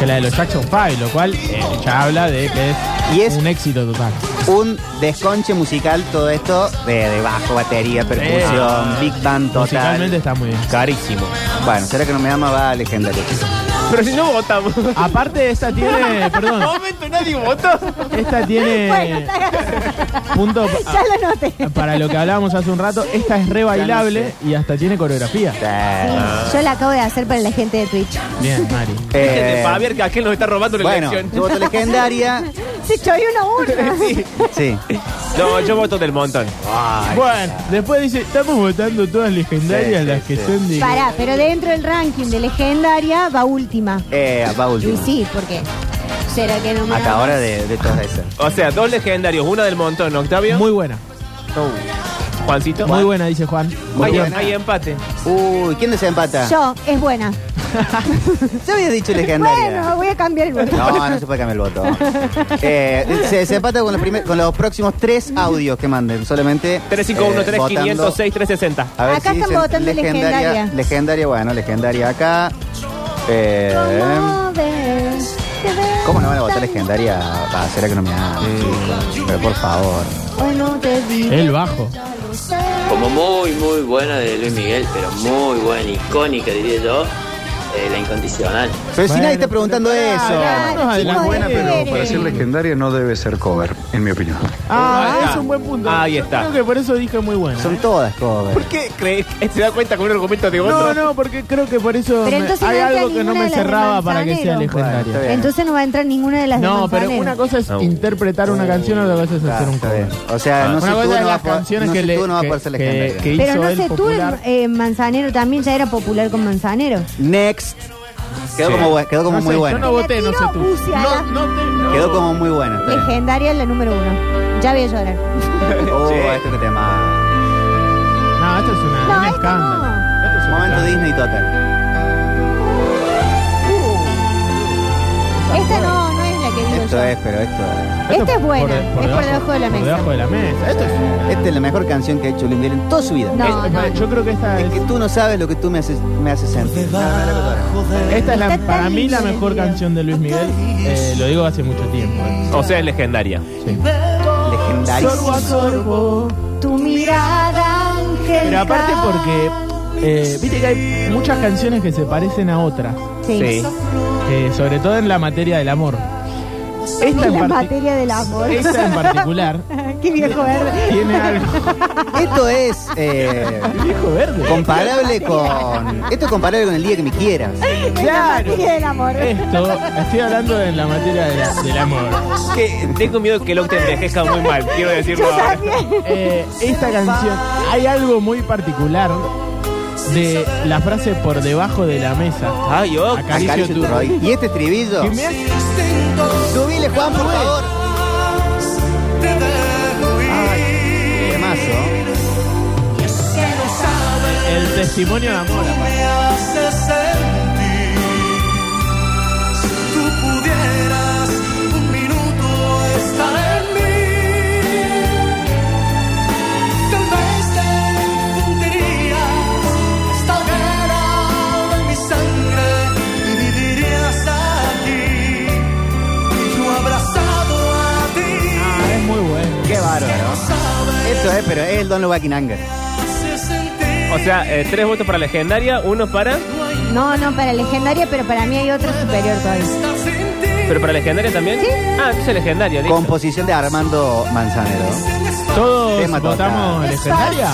Speaker 6: que la de los Jackson 5, lo cual eh, ya habla de que es,
Speaker 4: Y es-
Speaker 6: un éxito total.
Speaker 4: Un desconche musical, todo esto de, de bajo, batería,
Speaker 7: Eh,
Speaker 4: percusión, big band
Speaker 6: Musicalmente
Speaker 4: total.
Speaker 6: está muy bien.
Speaker 7: Carísimo.
Speaker 4: Bueno, será que no me ama, va a legendario.
Speaker 7: Pero si no votamos.
Speaker 6: Aparte esta tiene, perdón,
Speaker 7: este momento nadie votó.
Speaker 6: esta
Speaker 5: Bueno,
Speaker 6: tiene punto
Speaker 5: ya lo noté.
Speaker 6: pa- para lo que hablábamos hace un rato, esta es re bailable y hasta tiene coreografía.
Speaker 4: Eh,
Speaker 5: Yo la acabo de hacer para la gente de Twitch.
Speaker 6: Bien, Mari.
Speaker 4: eh,
Speaker 7: Javier, que aquel nos está robando la
Speaker 4: bueno, yo
Speaker 7: elección.
Speaker 4: voto legendaria.
Speaker 5: Se choreó uno a uno.
Speaker 4: Sí.
Speaker 7: No, yo voto del montón.
Speaker 6: Bueno, después dice, estamos votando todas legendarias
Speaker 4: Sí, sí,
Speaker 6: las que
Speaker 4: sí.
Speaker 6: son de-
Speaker 5: Pará, pero dentro del ranking de legendaria va última.
Speaker 4: Eh, va
Speaker 5: Y
Speaker 4: último.
Speaker 5: sí, porque será que no me
Speaker 4: Hasta
Speaker 5: amas?
Speaker 4: ahora de, de todas esas.
Speaker 7: O sea, dos legendarios, una del montón, Octavio.
Speaker 6: Muy buena,
Speaker 7: Uh, Juancito.
Speaker 6: muy buena, dice Juan.
Speaker 4: Muy
Speaker 7: Hay, em-
Speaker 4: buena.
Speaker 7: hay empate.
Speaker 4: Uy, ¿quién desempata?
Speaker 5: Yo, es buena.
Speaker 4: Ya habías dicho
Speaker 5: Bueno,
Speaker 4: legendaria.
Speaker 5: voy a cambiar el voto.
Speaker 4: No, eh. no se puede cambiar el voto. Eh, se desempata con los, primer- con los próximos tres audios que manden. Solamente.
Speaker 7: 351,
Speaker 4: eh, votando-
Speaker 7: 3506, 360.
Speaker 4: A ver
Speaker 5: Acá
Speaker 4: si
Speaker 5: están
Speaker 4: dicen
Speaker 5: votando legendaria.
Speaker 4: Legendaria, bueno, legendaria acá. Eh,
Speaker 5: No ves, te veo
Speaker 4: ¿Cómo no van a votar
Speaker 5: tan-
Speaker 4: legendaria? Va, será que no me aman, chicos? Pero por favor.
Speaker 5: Hoy no te vi.
Speaker 6: El bajo.
Speaker 5: ya lo sé.
Speaker 9: Como muy, muy buena de Luis Miguel, pero muy buena, icónica diría yo, eh, la incondicional.
Speaker 4: Pero si
Speaker 6: Bueno,
Speaker 4: nadie está preguntando
Speaker 6: pero pará,
Speaker 4: eso.
Speaker 6: pará, no nos
Speaker 5: Chicos,
Speaker 6: adelantemos.
Speaker 5: buena, pero para ser
Speaker 2: legendaria no debe ser cover, en mi opinión.
Speaker 6: Ah,
Speaker 7: Ahí está.
Speaker 6: es un buen punto.
Speaker 7: Ahí
Speaker 6: Yo
Speaker 7: está.
Speaker 6: Creo que por eso dije muy ¿eh? bueno.
Speaker 4: Son todas covers.
Speaker 7: ¿Por qué crees? que ¿Se da cuenta con un argumento de otro?
Speaker 6: No, no, porque creo que por eso
Speaker 5: Pero
Speaker 6: me-
Speaker 5: entonces
Speaker 6: hay
Speaker 5: no entra
Speaker 6: algo que no
Speaker 5: ninguna
Speaker 6: me
Speaker 5: de las de
Speaker 6: cerraba para que sea
Speaker 5: Manzanero.
Speaker 6: legendaria.
Speaker 4: Bueno,
Speaker 5: Entonces no va a entrar ninguna de las de
Speaker 6: no, pero
Speaker 5: Manzanero.
Speaker 6: una cosa es
Speaker 7: No.
Speaker 6: interpretar una canción, otra cosa es
Speaker 4: Está,
Speaker 6: hacer un
Speaker 4: está
Speaker 6: cover. Ah.
Speaker 4: bien. O sea, no sé
Speaker 6: una
Speaker 4: tú
Speaker 6: cosa es
Speaker 4: no vas a
Speaker 6: las
Speaker 4: poder-
Speaker 6: canciones
Speaker 4: no
Speaker 6: que
Speaker 4: sé
Speaker 6: le
Speaker 4: tú no vas a
Speaker 6: que-
Speaker 4: poder ser
Speaker 6: que-
Speaker 4: legendaria.
Speaker 6: que
Speaker 5: Pero
Speaker 6: hizo
Speaker 5: no
Speaker 6: él
Speaker 5: sé, tú en
Speaker 6: popular.
Speaker 5: eh, Manzanero también ya era popular con Manzanero.
Speaker 4: Next. Quedó
Speaker 7: Sí.
Speaker 4: como, bu- quedó como
Speaker 6: No
Speaker 4: muy
Speaker 6: sé,
Speaker 4: buena.
Speaker 6: Yo no voté, no
Speaker 5: La
Speaker 6: sé
Speaker 5: tiró
Speaker 6: tú.
Speaker 5: Buciana.
Speaker 6: No, no te- no.
Speaker 4: Quedó como muy buena. está bien.
Speaker 5: Legendaria la número uno. Ya voy a llorar.
Speaker 4: Oh,
Speaker 7: Sí.
Speaker 4: este es un tema.
Speaker 6: No, esto es una,
Speaker 5: No,
Speaker 6: un
Speaker 5: esto
Speaker 6: escándalo.
Speaker 5: no.
Speaker 6: Esto es un
Speaker 4: Momento
Speaker 6: escándalo.
Speaker 4: Disney total. Uh.
Speaker 5: Esta no, no es la que digo yo.
Speaker 4: Esto es, pero esto es.
Speaker 6: Esto
Speaker 5: Esta Este es buena,
Speaker 6: por de-
Speaker 5: es por debajo de la
Speaker 6: Por
Speaker 5: mesa.
Speaker 6: debajo de la mesa. Esto es una-
Speaker 4: Esta es la mejor canción que ha hecho Luis Miguel en toda su vida.
Speaker 5: No,
Speaker 6: es-
Speaker 5: no,
Speaker 6: Yo creo que esta
Speaker 4: Es
Speaker 6: es,
Speaker 4: que tú no sabes lo que tú me haces, me haces sentir.
Speaker 6: esta es la-
Speaker 5: Está
Speaker 6: para
Speaker 5: tan
Speaker 6: mí la
Speaker 5: lindo el
Speaker 6: mejor
Speaker 5: video.
Speaker 6: canción de Luis Miguel. Eh, lo digo hace mucho tiempo. eh.
Speaker 7: O sea, es legendaria.
Speaker 6: Sorbo a
Speaker 4: Legendarísimo.
Speaker 6: sorbo.
Speaker 5: Tu mirada, ángel.
Speaker 6: Pero aparte porque eh, viste que hay muchas canciones que se parecen a otras,
Speaker 5: Sí.
Speaker 6: eh, sobre todo en la materia del amor. Esta
Speaker 5: En
Speaker 6: en,
Speaker 5: la
Speaker 6: parti-
Speaker 5: materia del amor.
Speaker 6: esta en particular
Speaker 5: Qué viejo verde.
Speaker 6: tiene algo.
Speaker 4: Esto es eh,
Speaker 6: Viejo verde.
Speaker 4: comparable con. Esto es comparable con el día que me quieras.
Speaker 5: En la materia del amor.
Speaker 6: Esto, estoy hablando de la materia de- del amor.
Speaker 7: Que tengo miedo que Locke te envejezca muy mal, quiero decirlo
Speaker 5: Yo
Speaker 7: ahora.
Speaker 5: también.
Speaker 6: Eh, esta canción, hay algo muy particular de la frase por debajo de la mesa.
Speaker 7: Ay, ok.
Speaker 6: Acaricio
Speaker 4: Acaricio
Speaker 6: tu
Speaker 4: tu Roy. Y este estribillo.
Speaker 6: Que me hace-
Speaker 4: Subile, Juan, por favor. Ay, temazo.
Speaker 6: El testimonio de amor. aparte. Ah, es muy bueno.
Speaker 4: Qué bárbaro. Esto es, pero es el Don Lubakin Anger.
Speaker 7: O sea, eh, tres votos para legendaria, uno para.
Speaker 5: No, no, para legendaria, pero para mí hay otro superior todavía.
Speaker 7: Pero para legendaria también. Ah, entonces legendaria, listo.
Speaker 4: Composición de Armando Manzanero.
Speaker 6: Todos
Speaker 4: Tema total.
Speaker 6: votamos legendaria.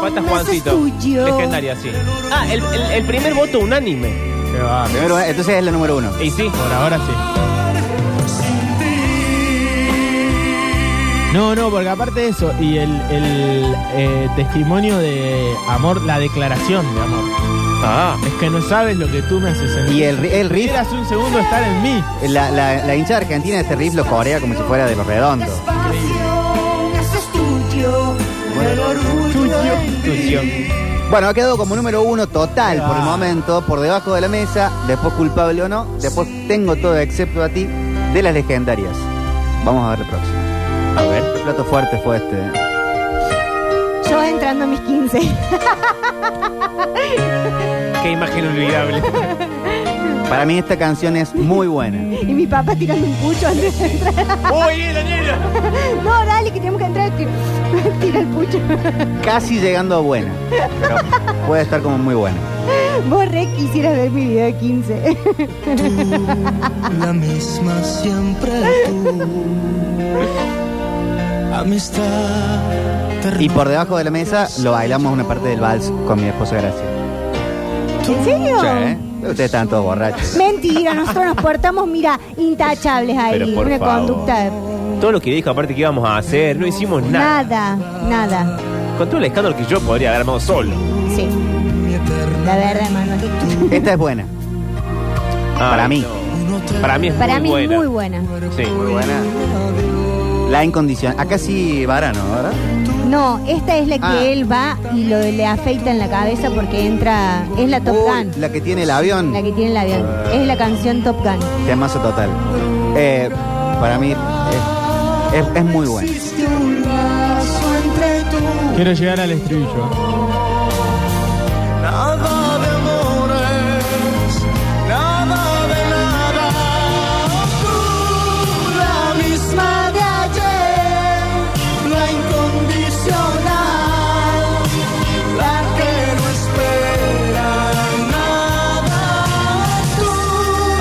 Speaker 7: ¿Cuántas Juancito? Legendaria, sí. Ah, el, el- el primer voto unánime.
Speaker 6: Qué va.
Speaker 4: Primero, entonces es la número uno.
Speaker 7: Y sí.
Speaker 6: Por ahora sí. No, no, porque aparte de eso, y el, el, eh, testimonio de amor, la declaración de amor.
Speaker 7: Ah.
Speaker 6: Es que no sabes lo que tú me haces sentir.
Speaker 4: Y el, ri- el riff,
Speaker 6: Quieras un segundo estar en mí.
Speaker 4: la, la, la hincha argentina de este riff lo corea como si fuera de los redondos.
Speaker 7: Tuyo.
Speaker 4: Bueno, ha quedado como número uno total por el momento, por debajo de la mesa, después culpable o no, después tengo todo excepto a ti, de las legendarias. Vamos a ver la próxima. A ver. Qué plato fuerte fue este. ¿eh?
Speaker 5: Yo entrando a mis 15.
Speaker 7: Qué imagen olvidable.
Speaker 4: Para mí esta canción es muy buena.
Speaker 5: Y mi papá tirando un pucho antes de entrar.
Speaker 7: ¡Uy, Daniela!
Speaker 5: No, dale, que tenemos que entrar. Tira- Tira el pucho.
Speaker 4: Casi llegando a buena. Pero puede estar como muy buena.
Speaker 5: Vos re quisieras ver mi video de 15.
Speaker 3: La misma siempre tú. Amistad.
Speaker 4: Y por debajo de la mesa lo bailamos una parte del vals con mi esposa Gracia.
Speaker 5: ¿En serio?
Speaker 4: Sí, ¿eh? Ustedes están todos borrachos.
Speaker 5: Mentira, nosotros nos portamos, mira, intachables ahí.
Speaker 7: Pero por
Speaker 5: Una
Speaker 7: favor.
Speaker 5: conducta.
Speaker 7: Todo lo que dijo, aparte, que íbamos a hacer? No hicimos
Speaker 5: Nada,
Speaker 7: nada.
Speaker 5: nada.
Speaker 7: Con todo el escándalo que yo podría haber armado solo.
Speaker 5: Sí. La verdad, Manuel.
Speaker 4: Esta es buena. Para
Speaker 7: Ay,
Speaker 4: mí.
Speaker 7: no. Para mí es
Speaker 5: Para
Speaker 7: muy
Speaker 5: mí
Speaker 7: buena.
Speaker 5: muy buena.
Speaker 7: Sí.
Speaker 4: Muy buena. La incondicional. Acá sí varano, ¿verdad?
Speaker 5: No, esta es la que
Speaker 4: Ah.
Speaker 5: él va y lo, le afeita en la cabeza porque entra. Es la Top
Speaker 4: Uy,
Speaker 5: Gun.
Speaker 4: la que tiene el avión.
Speaker 5: La que tiene el avión. Es la canción Top Gun.
Speaker 4: Temazo total. Eh, para mí eh, es, es muy buena.
Speaker 6: Quiero llegar al estribillo.
Speaker 3: Nada de amores, nada de nada. Tú, la misma de ayer, la incondicional, la que no espera nada.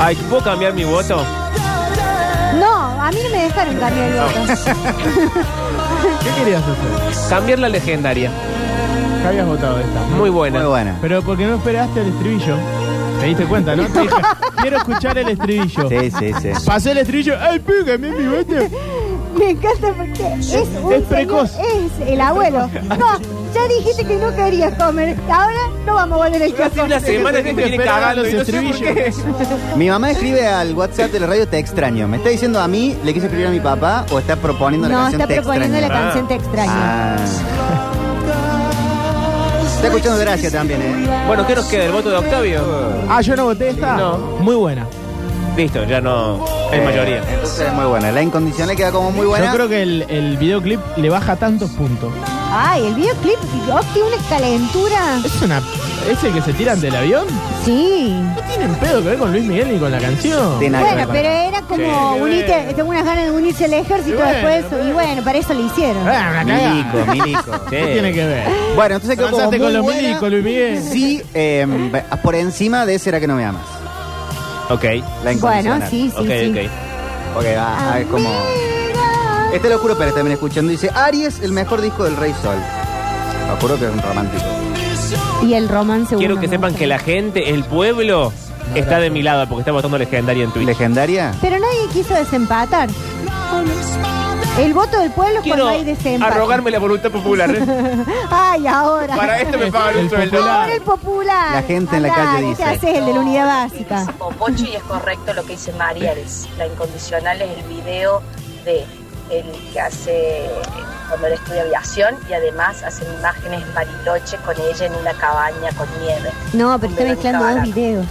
Speaker 7: Ay, ¿puedo cambiar mi voto?
Speaker 5: No, a mí no me dejaron cambiar el voto.
Speaker 6: ¿Qué querías hacer?
Speaker 7: Cambiar la legendaria.
Speaker 6: ¿Qué habías votado esta?
Speaker 7: Muy buena.
Speaker 4: Muy buena.
Speaker 6: Pero porque no esperaste el estribillo. ¿Te diste cuenta, no? Te dije, quiero escuchar el estribillo.
Speaker 4: Sí, sí, sí.
Speaker 6: Pasé el estribillo. ¡Ay, pega, mi bigote!
Speaker 5: Me encanta porque es un
Speaker 6: Es precoz.
Speaker 5: señor- es el abuelo. No, ya dijiste que no querías comer. Ahora no vamos a volver al
Speaker 7: Hace
Speaker 5: kiosco.
Speaker 7: una semana que me viene
Speaker 6: Esperaban
Speaker 7: cagando
Speaker 6: los
Speaker 7: y no sé por qué.
Speaker 4: Mi mamá escribe al WhatsApp de la radio Te extraño. ¿Me está diciendo a mí, le quiso escribir a mi papá o está proponiendo la
Speaker 5: No,
Speaker 4: canción
Speaker 5: está
Speaker 4: Te
Speaker 5: proponiendo la
Speaker 4: extraño?
Speaker 5: canción Te extraño.
Speaker 4: Ah. Está escuchando gracias también, ¿eh?
Speaker 7: Bueno, ¿qué nos queda? ¿El voto de Octavio?
Speaker 6: Ah, yo no voté esta.
Speaker 7: No.
Speaker 6: Muy buena.
Speaker 7: Listo, ya no. Hay
Speaker 4: Eh,
Speaker 7: mayoría.
Speaker 4: Entonces es muy buena. La incondicional queda como muy buena.
Speaker 6: Yo creo que el, el videoclip le baja tantos puntos.
Speaker 5: Ay, el videoclip, Octi, una calentura.
Speaker 6: Es una. ¿Es el que se tiran del avión?
Speaker 5: Sí.
Speaker 6: No tienen pedo que ver con Luis Miguel ni con la canción.
Speaker 4: Tiene nada que
Speaker 5: Bueno,
Speaker 4: ver
Speaker 5: pero era como
Speaker 7: Sí.
Speaker 5: unirte, tengo unas ganas de unirse al ejército
Speaker 6: Y bueno,
Speaker 5: después. Y bueno, para eso lo hicieron.
Speaker 6: Ah, una
Speaker 4: con-
Speaker 6: cagada.
Speaker 4: Milico, milico.
Speaker 6: ¿Qué tiene que ver?
Speaker 4: Bueno, entonces quedó como
Speaker 6: Lanzaste
Speaker 4: muy
Speaker 6: con los
Speaker 4: buena.
Speaker 6: milicos, Luis Miguel.
Speaker 4: Sí, eh, por encima de Será que no me amas.
Speaker 7: Ok,
Speaker 4: La incondicional.
Speaker 5: Bueno, sí, sí,
Speaker 7: ok,
Speaker 5: sí.
Speaker 7: ok.
Speaker 4: Porque va, ah, es como...
Speaker 5: Amiga.
Speaker 4: Este lo juro, pero también escuchando. Dice, Aries, el mejor disco del Rey Sol. Lo juro que es un romántico.
Speaker 5: Y el romance
Speaker 7: Quiero
Speaker 5: uno,
Speaker 7: que
Speaker 5: me
Speaker 7: sepan
Speaker 5: gusta.
Speaker 7: que la gente, el pueblo, está de mi lado porque está votando legendaria en Twitch.
Speaker 4: ¿Legendaria?
Speaker 5: Pero nadie quiso desempatar. El voto del pueblo es
Speaker 7: Quiero
Speaker 5: cuando hay desempate.
Speaker 7: arrogarme la voluntad popular. ¿eh?
Speaker 5: Ay, ahora.
Speaker 7: Para esto me pagan un
Speaker 6: El
Speaker 7: sueldo.
Speaker 5: Ahora el popular.
Speaker 4: La gente en la
Speaker 5: Andá,
Speaker 4: calle
Speaker 5: ¿qué
Speaker 4: dice.
Speaker 5: Te haces el de la unidad básica.
Speaker 9: Popocho y es correcto lo que dice Mariels. La incondicional es el video de el que hace cuando él estudia aviación y además hacen imágenes en Bariloche con ella en una cabaña con nieve.
Speaker 5: No, pero está
Speaker 9: Verónica
Speaker 5: mezclando dos
Speaker 9: Barra.
Speaker 5: videos.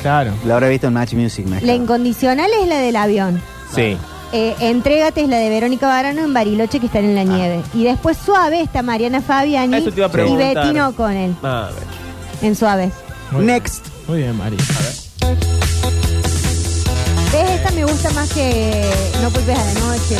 Speaker 6: Claro.
Speaker 4: La habré visto en Match Music, me
Speaker 5: La
Speaker 4: acuerdo.
Speaker 5: incondicional es la del avión.
Speaker 7: Sí.
Speaker 5: Eh, Entrégate es la de Verónica Barano en Bariloche que están en la nieve. Y después Suave está Mariana Fabiani
Speaker 7: Ah. Eso te iba a
Speaker 5: y
Speaker 7: preguntar. Ah,
Speaker 5: Betino con él
Speaker 7: A ver.
Speaker 5: en Suave.
Speaker 6: Muy bien.
Speaker 4: Next.
Speaker 6: Muy bien, Mari.
Speaker 5: ¿Ves? Esta me gusta más que No Pulpes a la Noche.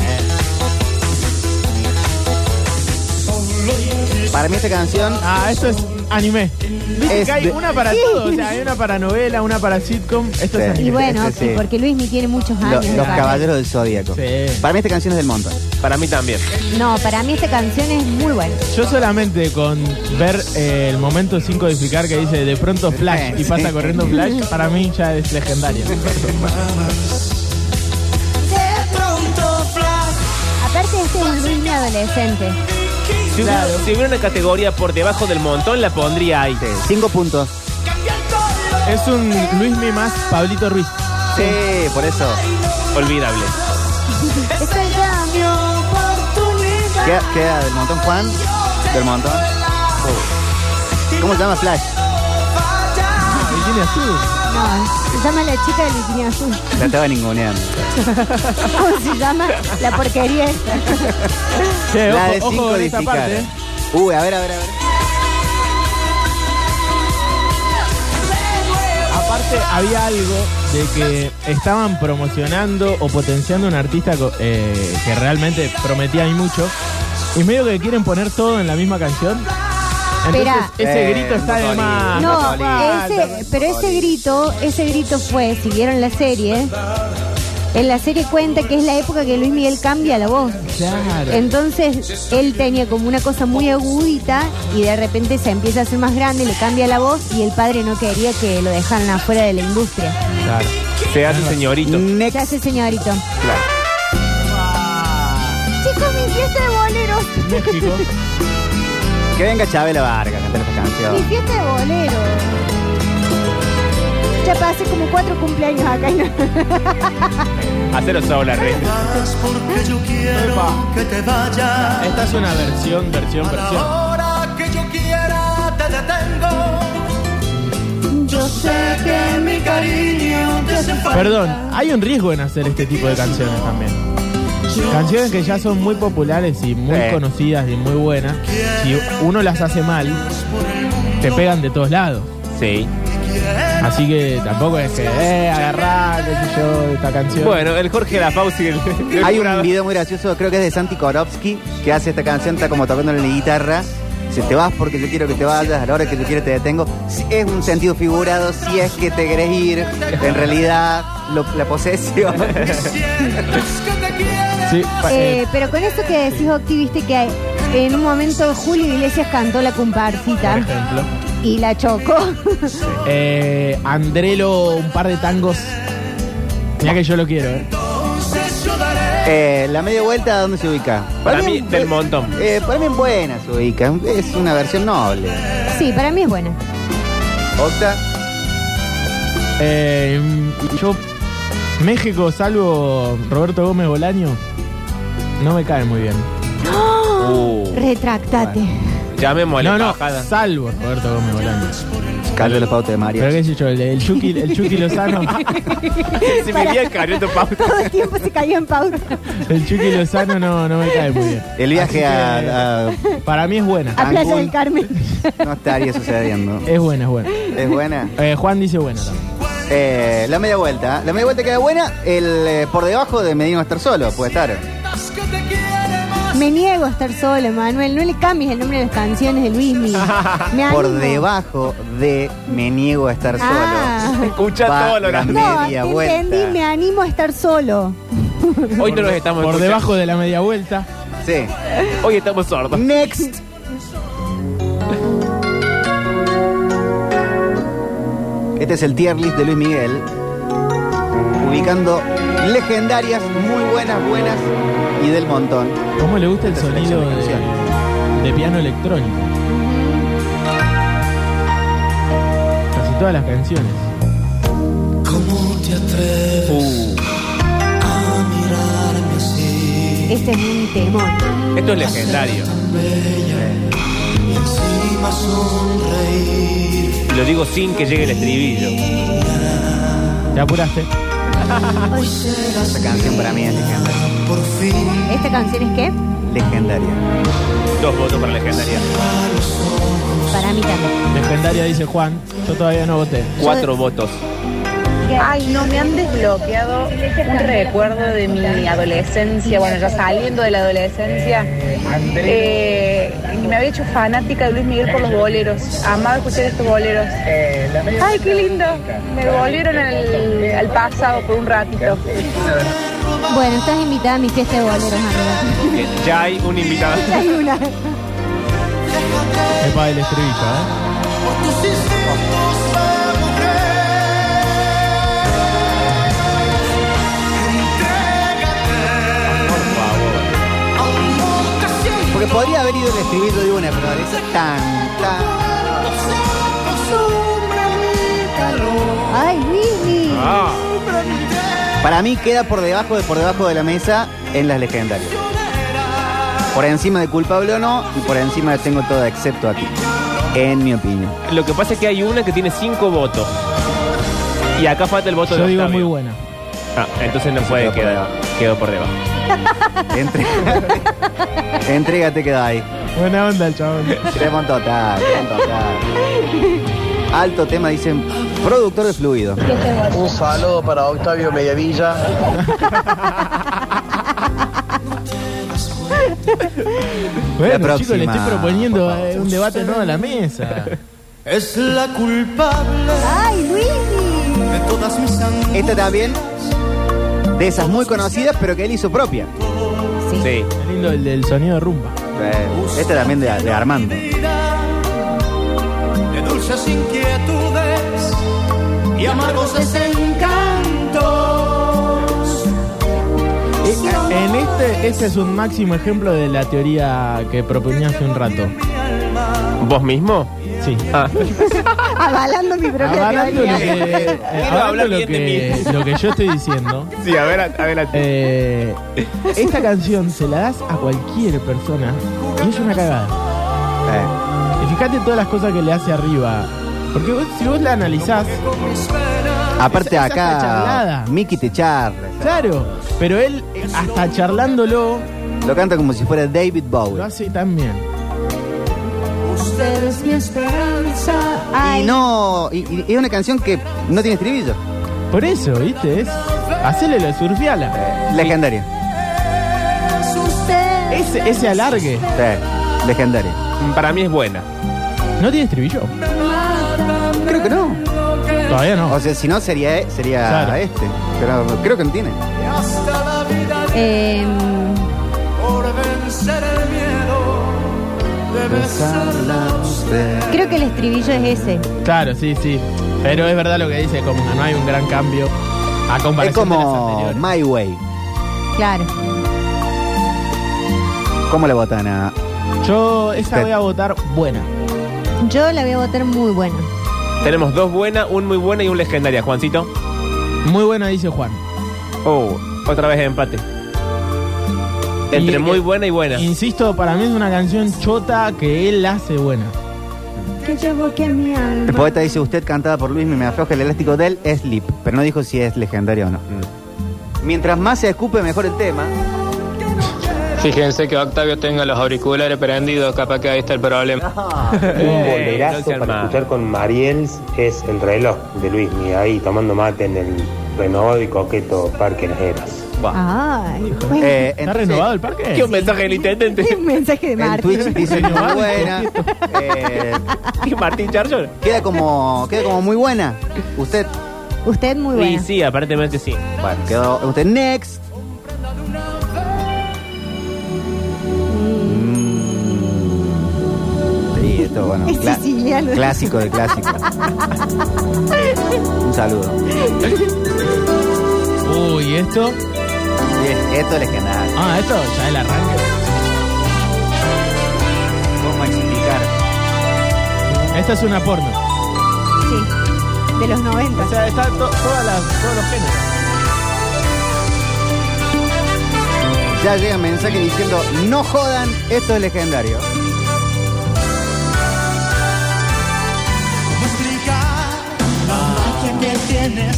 Speaker 4: Para mí esta canción
Speaker 6: Ah, esto es anime. Viste
Speaker 4: Es
Speaker 6: que hay
Speaker 4: de-
Speaker 6: una para todo. O sea, hay una para novela, una para sitcom. Esto es
Speaker 4: Sí.
Speaker 5: Y
Speaker 7: Este,
Speaker 6: anime.
Speaker 5: bueno,
Speaker 4: Ese sí.
Speaker 5: porque Luismi tiene muchos
Speaker 4: Lo-
Speaker 5: años.
Speaker 4: Los
Speaker 5: ¿no?
Speaker 4: Caballeros del Zodíaco.
Speaker 6: Sí.
Speaker 4: Para mí esta canción es del montón.
Speaker 7: Para mí también.
Speaker 5: No, para mí esta canción es muy buena.
Speaker 6: Yo solamente con ver eh, el momento sin codificar que dice de pronto Flash y
Speaker 4: Sí.
Speaker 6: pasa corriendo Flash, para mí ya es legendaria.
Speaker 5: Aparte, este es un Luismi adolescente.
Speaker 7: Si, hubiera, si hubiera una categoría por debajo del montón, la pondría ahí.
Speaker 4: Cinco puntos.
Speaker 6: Es un Luismi más Pablito Ruiz.
Speaker 4: Sí, por eso.
Speaker 7: Olvidable.
Speaker 5: Esto ya-
Speaker 4: Queda, queda del montón Juan. Del montón. Uh. ¿Cómo se llama Flash?
Speaker 6: Ah, y tiene azul.
Speaker 5: No, se llama La Chica del Bikini Azul.
Speaker 4: La estaba ninguneando.
Speaker 5: ¿Cómo se llama? La porquería esta.
Speaker 6: Che,
Speaker 4: La
Speaker 6: Eh, ojo-
Speaker 4: de
Speaker 6: ojo
Speaker 4: sin
Speaker 6: con esta
Speaker 4: codificar.
Speaker 6: parte, eh.
Speaker 4: Uy, a ver, a ver, a ver.
Speaker 6: Aparte, había algo de que estaban promocionando o potenciando a un artista co- eh, que realmente prometía y mucho. Y medio que quieren poner todo en la misma canción. Entonces,
Speaker 5: Esperá.
Speaker 6: ese
Speaker 4: Eh,
Speaker 6: grito está
Speaker 4: no
Speaker 6: de
Speaker 4: solía.
Speaker 6: más.
Speaker 5: Ah, No,
Speaker 6: falta,
Speaker 5: ese, pero ese grito, ese grito fue, si vieron la serie, en la serie cuenta que es la época que Luis Miguel cambia la voz.
Speaker 6: Claro.
Speaker 5: Entonces él tenía como una cosa muy agudita y de repente se empieza a hacer más grande, le cambia la voz y el padre no quería que lo dejaran afuera de la industria.
Speaker 6: Claro.
Speaker 7: Se hace señorito.
Speaker 5: ¿Qué
Speaker 4: Next.
Speaker 5: hace señorito?
Speaker 4: Claro.
Speaker 5: Chicos, mi fiesta de boleros.
Speaker 6: México.
Speaker 4: Que venga Chabela Vargas a cantar esta
Speaker 5: Mi
Speaker 4: canción.
Speaker 5: fiesta de boleros. Ya pasé como cuatro cumpleaños acá y no-
Speaker 7: Haceros sola, rey.
Speaker 3: Es porque yo quiero
Speaker 6: Epa.
Speaker 3: que te vayas.
Speaker 6: Esta es una versión, versión,
Speaker 3: A la
Speaker 6: versión.
Speaker 3: hora que yo quiera te detengo. Yo sé que mi cariño te hace falta.
Speaker 6: Perdón, hay un riesgo en hacer este tipo de canciones también. Canciones que ya son muy populares y muy
Speaker 4: Sí.
Speaker 6: conocidas y muy buenas. Si uno las hace mal, te pegan de todos lados.
Speaker 7: Sí.
Speaker 6: Así que tampoco es que, eh, agarrá, qué sé yo, esta canción.
Speaker 7: Bueno, el Jorge de la Fauci. el- el
Speaker 4: Hay un
Speaker 7: jurado.
Speaker 4: video muy gracioso, creo que es de Santi Korowski, que hace esta canción, está como tocando la guitarra. Si te vas porque yo quiero que te vayas, a la hora que yo quiero te detengo. Si es un sentido figurado, si es que te querés ir, en realidad lo- la posesión.
Speaker 6: Sí, pa-
Speaker 5: Eh,
Speaker 6: eh,
Speaker 5: pero con esto que decís, Octi, viste que en un momento Julio Iglesias cantó la
Speaker 6: por
Speaker 5: comparsita
Speaker 6: ejemplo.
Speaker 5: y la chocó.
Speaker 6: Eh, Andrelo, un par de tangos. Mira que yo lo quiero, ¿eh?
Speaker 4: Eh, la media vuelta, ¿dónde se ubica?
Speaker 7: Para mí,
Speaker 4: es
Speaker 7: del
Speaker 4: bu-
Speaker 7: montón.
Speaker 4: eh, para mí es buena se ubica. Es una versión noble.
Speaker 5: sí, para mí es buena.
Speaker 4: Octa,
Speaker 6: Eh, yo, México, salvo Roberto Gómez Bolaño, no me cae muy bien.
Speaker 5: Retractate.
Speaker 7: Llamémosle.
Speaker 6: No, no,
Speaker 7: embajada.
Speaker 6: salvo Roberto Gómez Bolaño.
Speaker 4: cambio la pauta de María.
Speaker 6: Pero qué sé yo, el, el Chucky, el Chucky Lozano,
Speaker 7: Se me había caído tu pauta.
Speaker 5: Todo el tiempo se cayó en pauta.
Speaker 6: el Chucky Lozano no, no me cae muy bien.
Speaker 4: El viaje
Speaker 6: Así que-
Speaker 4: a, a-
Speaker 6: Para mí es buena,
Speaker 5: A Playa
Speaker 4: Cancún.
Speaker 5: del Carmen.
Speaker 4: No estaría sucediendo.
Speaker 6: es buena, es buena.
Speaker 4: ¿Es buena?
Speaker 6: Eh, Juan dice buena también.
Speaker 4: Eh, la media vuelta. ¿eh? La media vuelta queda buena. El eh, por debajo de Medina va a estar solo. Puede estar.
Speaker 5: Me niego a estar solo, Manuel. No le cambies el nombre de las canciones de Luis Miguel. Me
Speaker 4: Por
Speaker 5: animo.
Speaker 4: debajo de me niego a estar solo.
Speaker 5: Ah.
Speaker 7: Escucha
Speaker 4: Va
Speaker 7: todo lo
Speaker 4: la
Speaker 7: grande.
Speaker 5: No,
Speaker 4: media
Speaker 5: te
Speaker 4: vuelta.
Speaker 5: entendí, me animo a estar solo.
Speaker 7: Hoy no nos estamos
Speaker 6: Por
Speaker 7: escuchando.
Speaker 6: debajo de la media vuelta.
Speaker 4: Sí.
Speaker 7: Hoy estamos sordos.
Speaker 4: Next. Este es el tier list de Luis Miguel. Ubicando legendarias, muy buenas, buenas y del montón.
Speaker 6: ¿Cómo le gusta el
Speaker 4: Esta
Speaker 6: sonido
Speaker 4: selección de
Speaker 6: de, de piano electrónico? Casi todas las canciones.
Speaker 7: Uh,
Speaker 5: Este es un temor.
Speaker 7: Esto es legendario. Lo digo sin que llegue el estribillo.
Speaker 6: ¿Te apuraste?
Speaker 4: Esta canción para mí es legendaria.
Speaker 5: ¿Esta canción es qué?
Speaker 4: Legendaria.
Speaker 7: Dos votos para legendaria.
Speaker 5: Para mí también.
Speaker 6: Legendaria dice Juan. Yo todavía no voté.
Speaker 7: Cuatro votos.
Speaker 9: Ay, no, me han desbloqueado un recuerdo de mi adolescencia, bueno, ya saliendo de la adolescencia. Eh, me había hecho fanática de Luis Miguel por los boleros. Amaba escuchar estos boleros. Ay, qué lindo. Me volvieron al, al pasado por un ratito.
Speaker 5: Bueno, estás invitada a mi fiesta de boleros, amiga.
Speaker 7: Bien, Ya hay un invitado.
Speaker 5: Hay una.
Speaker 6: Es para el estribillo, ¿eh?
Speaker 4: Porque podría haber ido el estribillo de una, pero es tan, tan.
Speaker 5: Ay, Luis.
Speaker 7: Ah,
Speaker 4: Para mí queda por debajo de por debajo de la mesa en las legendarias. Por encima de culpable o no, y por encima de tengo todo excepto aquí. En mi opinión.
Speaker 7: lo que pasa es que hay una que tiene cinco votos. Y acá falta el voto
Speaker 6: Yo
Speaker 7: de
Speaker 6: digo
Speaker 7: Octavio.
Speaker 6: muy buena.
Speaker 7: Ah, entonces no puede
Speaker 4: quedó por
Speaker 7: quedar. Quedó por debajo.
Speaker 4: Entrégate, Entrégate queda ahí.
Speaker 6: Buena onda el chabón.
Speaker 4: Tremón total, tremón total. Alto tema, dicen, productor de fluido.
Speaker 2: Un saludo para Octavio Mediavilla.
Speaker 6: Bueno, chicos, le
Speaker 4: próxima,
Speaker 6: estoy proponiendo eh, un debate nuevo a la mesa.
Speaker 3: Es la culpable
Speaker 5: Ay, Luis.
Speaker 3: de todas mis angustias.
Speaker 4: Esta también, de esas muy conocidas, pero que él hizo propia.
Speaker 7: Sí.
Speaker 6: Qué lindo el del sonido de rumba.
Speaker 4: Eh, Esta también de, de Armando.
Speaker 3: de dulces inquietudes y amargos desencantos.
Speaker 6: En este, este es un máximo ejemplo de la teoría que proponía hace un rato.
Speaker 7: ¿Vos mismo?
Speaker 6: Sí.
Speaker 7: Ah.
Speaker 5: Avalando mi propia
Speaker 6: Hablando lo
Speaker 5: teoría.
Speaker 6: que, eh,
Speaker 7: Quiero hablar
Speaker 6: avalando lo,
Speaker 7: bien de
Speaker 6: que lo que yo estoy diciendo.
Speaker 7: Sí, a ver, a ver.
Speaker 6: eh, esta canción se la das a cualquier persona y es una cagada.
Speaker 4: Eh,
Speaker 6: Y fíjate todas las cosas que le hace arriba. Porque vos- si vos la analizás,
Speaker 4: aparte
Speaker 6: Esa- esa está
Speaker 4: acá,
Speaker 6: charlada.
Speaker 4: Mickey te charla.
Speaker 6: claro, pero él eh, hasta charlándolo
Speaker 4: Lo canta como si fuera David
Speaker 6: lo
Speaker 4: Bowie.
Speaker 6: hace también.
Speaker 3: Usted es mi esperanza.
Speaker 5: Ay,
Speaker 4: Y no, y, y- y es una canción que no tiene estribillo.
Speaker 6: Por eso, ¿viste? Es, hacele lo surfiala.
Speaker 4: Legendaria.
Speaker 6: Ese, ese alargue.
Speaker 4: Sí. Legendaria.
Speaker 7: Para mí es buena.
Speaker 6: ¿No tiene estribillo?
Speaker 4: Creo que no.
Speaker 6: Todavía no.
Speaker 4: O sea, si no sería, sería
Speaker 6: Claro.
Speaker 4: este. Pero creo que no tiene.
Speaker 5: Eh, creo que el estribillo es ese.
Speaker 6: Claro, sí, sí. Pero es verdad lo que dice, como que no hay un gran cambio a comparación
Speaker 4: Es
Speaker 6: de
Speaker 4: como
Speaker 6: las anteriores.
Speaker 4: My Way.
Speaker 5: Claro.
Speaker 4: ¿Cómo le votan a.?
Speaker 6: Yo esa
Speaker 4: Te-
Speaker 6: voy a votar buena.
Speaker 5: Yo la voy a votar muy buena.
Speaker 7: Tenemos dos buenas, un muy buena y un legendaria, Juancito.
Speaker 6: Muy buena, dice Juan.
Speaker 7: Oh, otra vez empate. Entre
Speaker 6: Y,
Speaker 7: muy
Speaker 6: eh,
Speaker 7: buena y buena.
Speaker 6: Insisto, para mí es una canción chota que él hace buena.
Speaker 5: Que llevo que mi alma.
Speaker 4: El poeta dice: Usted cantada por Luis, me afloja el elástico del Sleep. Pero no dijo si es legendaria o no.
Speaker 6: Mm.
Speaker 4: Mientras más se escupe, mejor el tema.
Speaker 10: Fíjense que Octavio tenga los auriculares prendidos, capaz que ahí está el problema.
Speaker 7: Eh,
Speaker 11: Un
Speaker 7: no se
Speaker 11: bolerazo
Speaker 7: arma.
Speaker 11: para escuchar con Mariels es el reloj de Luis Miguel ahí tomando mate en el renovado y coqueto Parque Las Heras.
Speaker 5: Ay, bueno.
Speaker 4: Eh,
Speaker 6: ¿Está
Speaker 4: entonces,
Speaker 6: renovado el parque?
Speaker 7: ¿Qué un mensaje del intendente?
Speaker 5: Un mensaje de
Speaker 4: En
Speaker 5: Martín.
Speaker 4: Twitch dice: Muy buena. Eh,
Speaker 7: ¿Y Martín Charlson?
Speaker 4: queda, como, queda como muy buena. Usted.
Speaker 5: Usted muy
Speaker 7: Y
Speaker 5: buena.
Speaker 7: sí, aparentemente sí.
Speaker 4: Bueno, quedó. Usted next. Mm. Sí, esto, bueno.
Speaker 5: Es
Speaker 4: cla-
Speaker 5: siciliano.
Speaker 4: Clásico de clásico. Un saludo.
Speaker 6: Uy, ¿esto?
Speaker 4: Bien, esto es legendario.
Speaker 6: Ah, esto ya el arranque.
Speaker 4: ¿Cómo explicar?
Speaker 6: Esta es una porno.
Speaker 5: Sí. De los 90.
Speaker 6: O sea, están to- todas las- todos los géneros.
Speaker 4: Ya llega mensaje diciendo, no jodan, esto es legendario.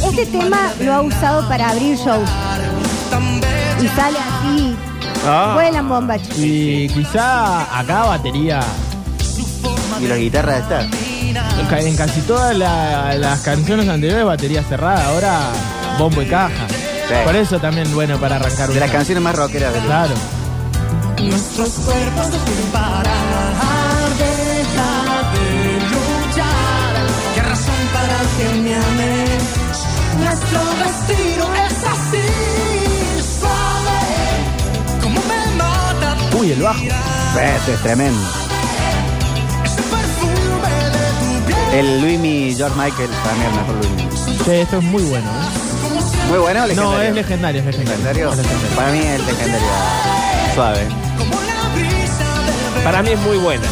Speaker 5: Este tema lo ha usado para abrir shows. Y sale así. Vuelan bombachos.
Speaker 6: Y quizá acá batería.
Speaker 4: Y la guitarra está.
Speaker 6: En ca- En casi todas la- las canciones anteriores batería cerrada, ahora bombo y caja. Por eso también bueno para arrancar
Speaker 4: De
Speaker 6: una.
Speaker 4: las canciones más rockeras del
Speaker 6: Claro. Uy, el bajo.
Speaker 4: Esto es tremendo. El Luismi George Michael, para mí el mejor Luismi.
Speaker 6: Sí, esto es muy bueno. ¿eh?
Speaker 4: Muy bueno, o legendario.
Speaker 6: No, es legendario, es legendario.
Speaker 4: legendario.
Speaker 6: Es legendario.
Speaker 4: Para mí es legendario. Suave.
Speaker 7: Para mí es muy buena.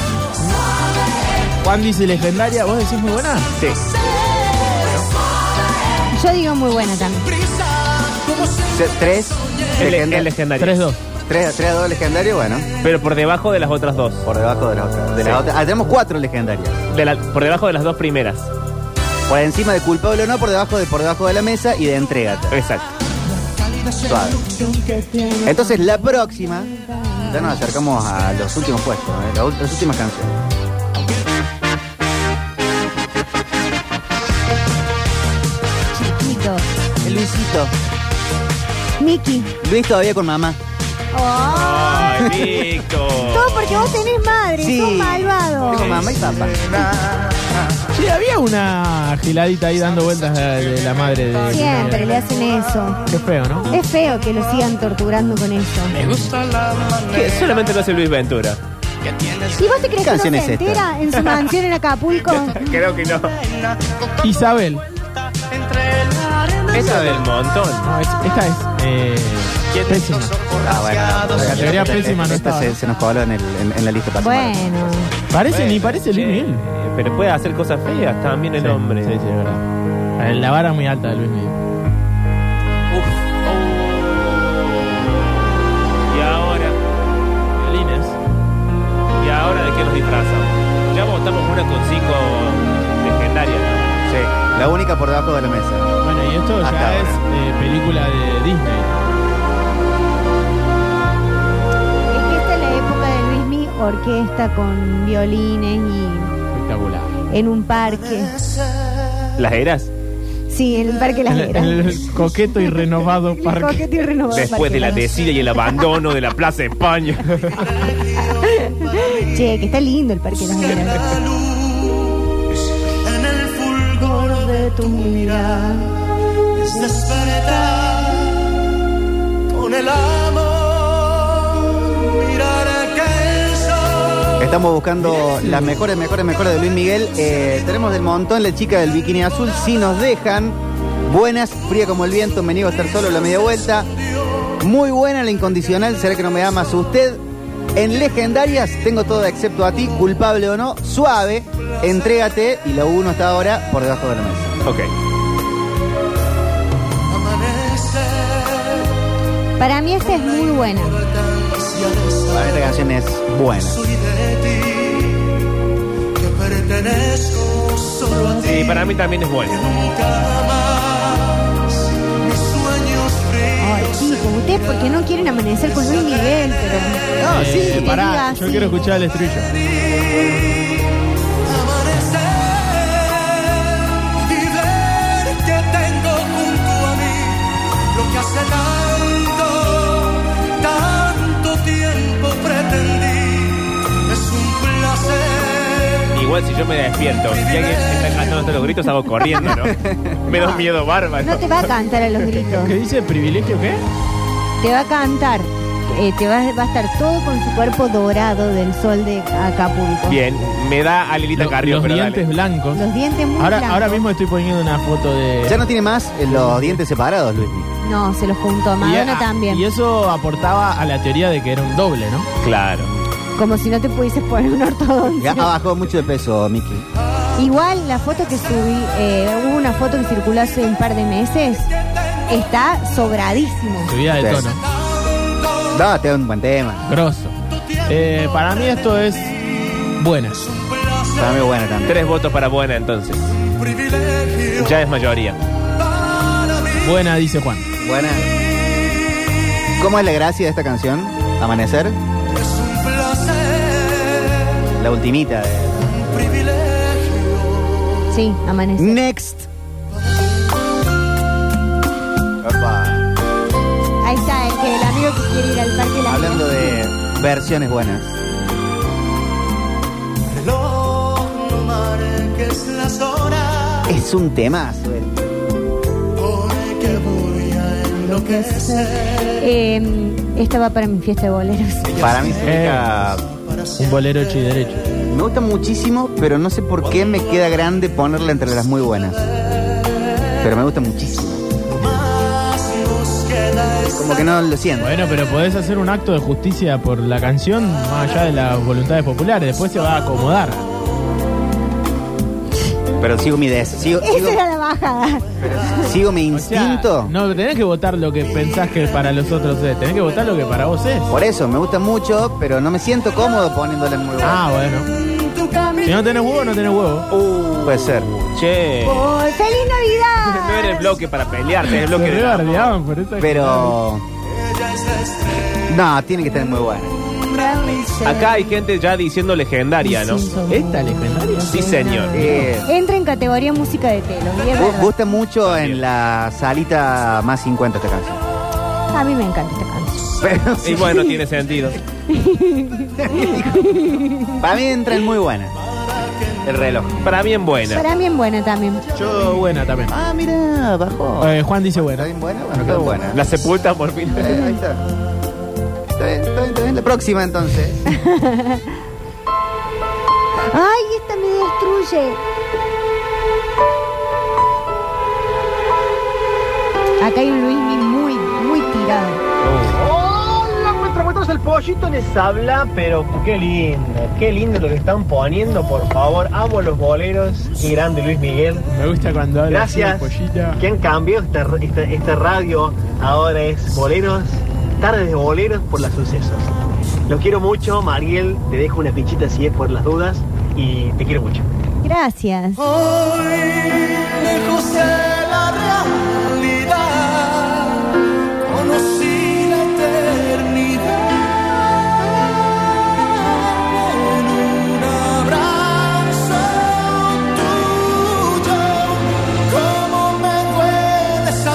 Speaker 6: Juan dice legendaria, ¿vos decís muy buena?
Speaker 4: Sí.
Speaker 5: Yo digo muy buena también.
Speaker 4: Se- Tres.
Speaker 7: Es le-
Speaker 4: legenda-
Speaker 7: es legendaria.
Speaker 6: 3-2.
Speaker 4: Tres, tres a dos legendarios, bueno.
Speaker 7: Pero por debajo de las otras dos.
Speaker 4: Por debajo de la otra. De la otra. Ah, tenemos cuatro legendarias.
Speaker 7: De la- por debajo de las dos primeras.
Speaker 4: Por encima de culpable o no, por debajo de por debajo de la mesa y de entrégate.
Speaker 7: Exacto.
Speaker 4: Suave. Entonces la próxima, ya nos acercamos a los últimos puestos, ¿eh? las, ul- las últimas canciones.
Speaker 5: Chiquito.
Speaker 4: El Luisito.
Speaker 5: Miki.
Speaker 4: Luis todavía con mamá.
Speaker 5: Oh.
Speaker 7: ¡Ay, Víctor!
Speaker 5: Todo porque vos tenés madre.
Speaker 4: Sí.
Speaker 5: Sos malvado.
Speaker 4: Con mamá y papá. Ah,
Speaker 6: Sí, había una giladita ahí dando vueltas de, de la madre de.
Speaker 5: Siempre le hacen eso.
Speaker 6: Qué feo, ¿no?
Speaker 5: Es feo que lo sigan torturando con eso.
Speaker 7: Que solamente lo hace Luis Ventura.
Speaker 5: ¿Y vos te crees que no
Speaker 4: canción
Speaker 5: se
Speaker 4: es esta?
Speaker 5: entera en su mansión en Acapulco?
Speaker 7: Creo que no.
Speaker 6: Isabel.
Speaker 7: Esa del montón.
Speaker 6: No, es- esta es. Eh, pésima.
Speaker 4: Ah, bueno. no,
Speaker 6: La teoría
Speaker 4: esta-
Speaker 6: pésima no
Speaker 4: Esta
Speaker 6: estaba.
Speaker 4: se, se nos coló en, el, en, en la lista pasada.
Speaker 5: Bueno.
Speaker 6: Parece, ni parece Luis Miguel.
Speaker 7: Eh, Pero puede hacer cosas feas también el
Speaker 6: Sí,
Speaker 7: hombre.
Speaker 6: Sí, sí, es verdad. Ah, La vara muy alta de Luis Miguel.
Speaker 7: Y ahora,
Speaker 6: Violines.
Speaker 7: y ahora de qué nos disfrazamos. Ya votamos una con cinco legendarias.
Speaker 4: Sí, la única por debajo de la mesa.
Speaker 6: Bueno, y esto ya
Speaker 4: Hasta
Speaker 6: es eh, película de Disney.
Speaker 5: Es que esta es la época de Luismi, orquesta con violines y
Speaker 6: Espectacular.
Speaker 5: en un parque.
Speaker 7: ¿no? ¿Las eras?
Speaker 5: Sí, en el Parque Las
Speaker 6: El,
Speaker 5: Heras.
Speaker 6: el coqueto y renovado parque.
Speaker 5: Coquete y renovado
Speaker 7: Después
Speaker 5: Parque
Speaker 7: de la
Speaker 5: Las Heras.
Speaker 7: desidia y el abandono de la Plaza de España.
Speaker 5: Che, que está lindo el Parque Las Heras.
Speaker 3: En el fulgor de tu mirar es despertar con el amor, mirar que el sol
Speaker 4: Estamos buscando las mejores, mejores, mejores de Luis Miguel. Eh, tenemos del montón la chica del bikini azul. Si nos dejan, buenas, fría como el viento, me niego a estar solo la media vuelta. Muy buena la incondicional, será que no me amas usted. En legendarias, tengo todo excepto a ti, culpable o no, suave, entrégate y la uno está ahora por debajo de la mesa.
Speaker 7: Ok.
Speaker 3: amanece
Speaker 5: Para mí esta es muy buena.
Speaker 4: Para mí esta canción es buena.
Speaker 3: y de ti que pertenezco solo a ti.
Speaker 7: Sí, para mí también es bueno.
Speaker 3: Nunca más mis sueños
Speaker 5: Ay,
Speaker 3: fríos
Speaker 5: chicos, ustedes porque no quieren amanecer con Luis Miguel, pero...
Speaker 4: No, sí,
Speaker 6: Eh,
Speaker 5: que diga
Speaker 6: pará,
Speaker 5: así.
Speaker 6: yo quiero escuchar el estribillo.
Speaker 3: amanecer y ver que tengo junto a mí lo que hace tanto, tanto tiempo pretendí. Es un placer.
Speaker 7: Igual si yo me despierto y alguien está cantando hasta los gritos, hago corriendo, ¿no? Me da un miedo bárbaro.
Speaker 5: No te va a cantar a los gritos.
Speaker 6: ¿Qué dice? ¿Privilegio qué?
Speaker 5: Te va a cantar. eh, te va, va a estar todo con su cuerpo dorado del sol de Acapulco.
Speaker 7: Bien, me da a Lilita
Speaker 6: Lo-
Speaker 7: Carrió,
Speaker 6: los
Speaker 7: pero dale.
Speaker 6: dientes blancos.
Speaker 5: Los dientes muy
Speaker 6: Ahora,
Speaker 5: blancos.
Speaker 6: ahora mismo estoy poniendo una foto de.
Speaker 4: Ya no tiene más eh, los dientes separados, Luis Miguel.
Speaker 5: No, se los juntó.
Speaker 6: Y
Speaker 5: Madonna
Speaker 6: a-
Speaker 5: también.
Speaker 6: Y eso aportaba a la teoría de que era un doble, ¿no?
Speaker 7: Claro.
Speaker 5: Como si no te pudieses poner un
Speaker 4: Ya
Speaker 5: ortodoncia.
Speaker 4: ha bajado mucho de peso, Miki.
Speaker 5: Igual la foto que subí, eh, hubo una foto que circuló hace un par de meses, está sobradísimo.
Speaker 6: Subida de
Speaker 4: Sí.
Speaker 6: tono.
Speaker 4: No, te da un buen tema.
Speaker 6: Grosso. Eh, para mí esto es buena.
Speaker 4: Para mí buena también.
Speaker 7: Tres votos para buena entonces.
Speaker 3: Privilegio
Speaker 7: Ya es mayoría.
Speaker 3: para mí.
Speaker 6: Buena, dice Juan.
Speaker 4: Buena. ¿Cómo es la gracia de esta canción? Amanecer,
Speaker 3: Es un placer.
Speaker 4: la ultimita de...
Speaker 3: Un privilegio.
Speaker 5: Sí, amanece.
Speaker 4: Next. Opa,
Speaker 6: Mm.
Speaker 5: Ahí está, el, que, el amigo que quiere ir al parque. La
Speaker 4: Hablando de versiones buenas.
Speaker 3: Reloj, no marques las horas.
Speaker 4: Es un temazo. eh. el-
Speaker 3: Porque voy a enloquecer.
Speaker 5: Eh, esta va para mi fiesta de boleros.
Speaker 4: Para mí significa...
Speaker 3: Para siempre.
Speaker 6: Un bolero hecho y derecho.
Speaker 4: Me gusta muchísimo, pero no sé por qué me queda grande ponerla entre las muy buenas. Pero me gusta muchísimo.
Speaker 3: Más nos queda esta
Speaker 4: Como que no lo siento.
Speaker 6: Bueno, pero podés hacer un acto de justicia por la canción más allá de las voluntades populares. Después se va a acomodar.
Speaker 4: Pero sigo mi des... Sigo, sigo,
Speaker 5: Esa era la bajada.
Speaker 4: sigo mi
Speaker 6: O sea,
Speaker 4: instinto.
Speaker 6: no tenés que votar lo que pensás que para los otros es. Tenés que votar lo que para vos es.
Speaker 4: Por eso, me gusta mucho, pero no me siento cómodo poniéndola en muy buena.
Speaker 6: Ah, bueno. Si no tenés huevo, no tenés huevo.
Speaker 4: Uh. Puede ser.
Speaker 7: Che.
Speaker 5: Oh, ¡Feliz Navidad!
Speaker 7: No era el bloque para pelear, era el
Speaker 6: Se
Speaker 7: bloque de la-
Speaker 6: rebardeaban por eso.
Speaker 4: Pero. No, tiene que estar muy buena.
Speaker 7: Acá hay gente ya diciendo legendaria, ¿no?
Speaker 6: ¿Esta legendaria?
Speaker 7: Sí, señor.
Speaker 4: Eh,
Speaker 5: Entra en categoría música de telo. y es
Speaker 4: gu-
Speaker 5: verdad.
Speaker 4: gusta mucho en la salita más 50 esta canción.
Speaker 5: A mí me encanta esta canción.
Speaker 4: Pero
Speaker 7: Y
Speaker 4: sí,
Speaker 7: bueno, tiene sentido.
Speaker 4: para mí entra en muy buena. El reloj.
Speaker 7: Para mí en buena.
Speaker 5: Para mí es buena también.
Speaker 6: Yo buena también.
Speaker 4: Ah, mira, bajó.
Speaker 6: Eh, Juan dice
Speaker 4: ¿Está
Speaker 6: buena.
Speaker 4: bien buena? Bueno, quedó buena.
Speaker 7: La sepulta por fin.
Speaker 4: Eh, ahí está. Está bien, está bien, está bien. La próxima entonces.
Speaker 5: ¡Ay, esta me destruye! Acá hay un Luis muy, muy tirado.
Speaker 2: Hola, cuentamuertos, el pollito les habla, pero qué lindo, qué lindo lo que están poniendo, por favor. Amo los boleros y grande Luis Miguel.
Speaker 6: Me gusta cuando habla así de
Speaker 2: Gracias.
Speaker 6: pollita.
Speaker 2: Que han cambiado este esta, esta- esta radio, ahora es boleros, tardes de boleros por las sucesos. Los quiero mucho, Mariel, te dejo una pichita si es por las dudas y te quiero mucho.
Speaker 5: Gracias.
Speaker 3: Hoy, lejos de la realidad, conocí la eternidad. Con un abrazo tuyo, como me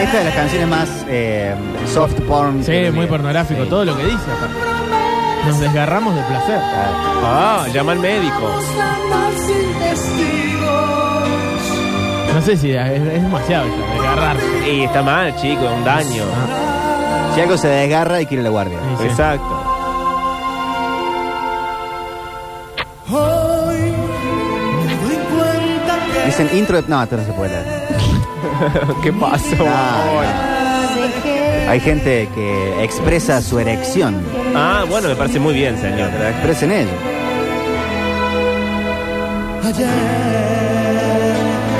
Speaker 4: muchas de las canciones más eh, soft porn.
Speaker 6: Sí, muy pornográfico, todo lo que dice. aparte. Nos desgarramos de placer.
Speaker 7: Ah, llama al médico.
Speaker 6: No sé si es, es demasiado ya, desgarrarse.
Speaker 7: Y está mal, chico, un daño.
Speaker 2: Ah,
Speaker 4: Si algo se desgarra y quiere la guardia.
Speaker 6: Sí, sí.
Speaker 7: Exacto.
Speaker 3: Hoy me doy cuenta que
Speaker 4: Dicen intro de... No, esto no se puede leer.
Speaker 7: ¿Qué pasó?
Speaker 4: No, no.
Speaker 5: Dejé-
Speaker 4: Hay gente que expresa su erección.
Speaker 7: Ah, bueno, me parece muy bien, señor.
Speaker 4: La expresen ellos.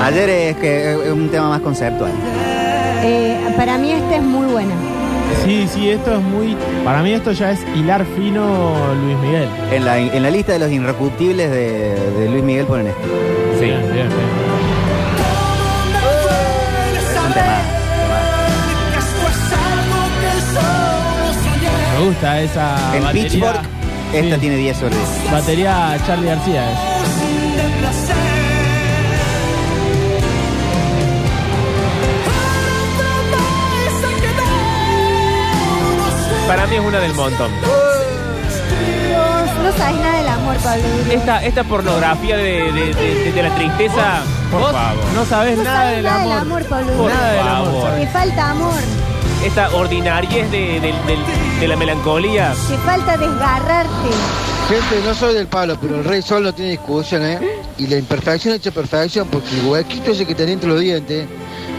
Speaker 4: Ayer es que es un tema más conceptual.
Speaker 5: eh, para mí esta es muy buena.
Speaker 6: Sí, sí, esto es muy. Para mí, esto ya es hilar fino Luis Miguel.
Speaker 4: En la, en la lista de los irrecuptibles de, de Luis Miguel ponen esto.
Speaker 7: Sí.
Speaker 6: Bien, bien, bien.
Speaker 4: Es un tema.
Speaker 3: esto es algo que solo soñé.
Speaker 6: Me gusta esa.
Speaker 4: En
Speaker 6: batería-
Speaker 4: Pitchfork, esta
Speaker 6: Sí.
Speaker 4: tiene 10 sobre 10.
Speaker 6: Batería Charlie García. eh. es.
Speaker 3: de placer.
Speaker 7: Para mí es una del montón.
Speaker 5: Vos no sabes nada del amor, Pablo. Durio.
Speaker 7: Esta, esta pornografía de, de- de- de la tristeza, por
Speaker 6: Vos
Speaker 7: favor.
Speaker 6: No sabes
Speaker 5: No
Speaker 6: nada
Speaker 5: sabes
Speaker 6: del
Speaker 5: nada del
Speaker 6: amor.
Speaker 5: amor, Pablo.
Speaker 7: Por
Speaker 5: Durio.
Speaker 6: Nada del amor,
Speaker 7: favor.
Speaker 5: Te falta amor,
Speaker 7: Esta ordinariez de, de- de- de la melancolía.
Speaker 5: te falta desgarrarte.
Speaker 12: Gente, no soy del palo, pero el rey sol no tiene discusión, ¿eh? Y la imperfección hecha perfección, porque el huequito ese que tenía entre los dientes,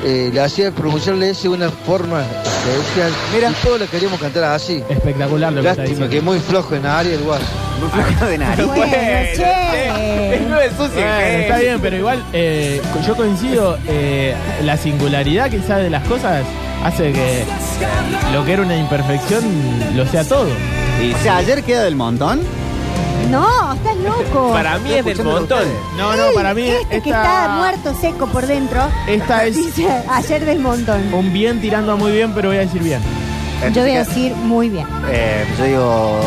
Speaker 12: eh, le hacía pronunciarle ese de una forma especial. Mira, todos le queríamos cantar así.
Speaker 6: Espectacular lo que está
Speaker 12: Lástima
Speaker 6: diciendo.
Speaker 12: que es muy flojo en área el guaso.
Speaker 4: Muy flaco de nariz.
Speaker 5: Bueno, che.
Speaker 7: Es nueve sucio,
Speaker 6: Bueno,
Speaker 7: eh.
Speaker 6: está bien, pero igual eh, co- yo coincido, eh, la singularidad quizás de las cosas hace que lo que era una imperfección lo sea todo.
Speaker 7: Y
Speaker 4: O
Speaker 7: sí,
Speaker 4: sea, ayer queda del montón.
Speaker 5: No, estás loco.
Speaker 7: para mí es del
Speaker 4: Escuchándolo
Speaker 7: montón.
Speaker 4: ustedes.
Speaker 6: No, no, para mí
Speaker 5: Este que está muerto seco por dentro.
Speaker 6: esta es
Speaker 5: Dice ayer del montón.
Speaker 6: un bien tirando a muy bien, pero voy a decir bien.
Speaker 5: Yo voy a
Speaker 4: Entonces,
Speaker 5: decir muy bien.
Speaker 4: eh, yo digo.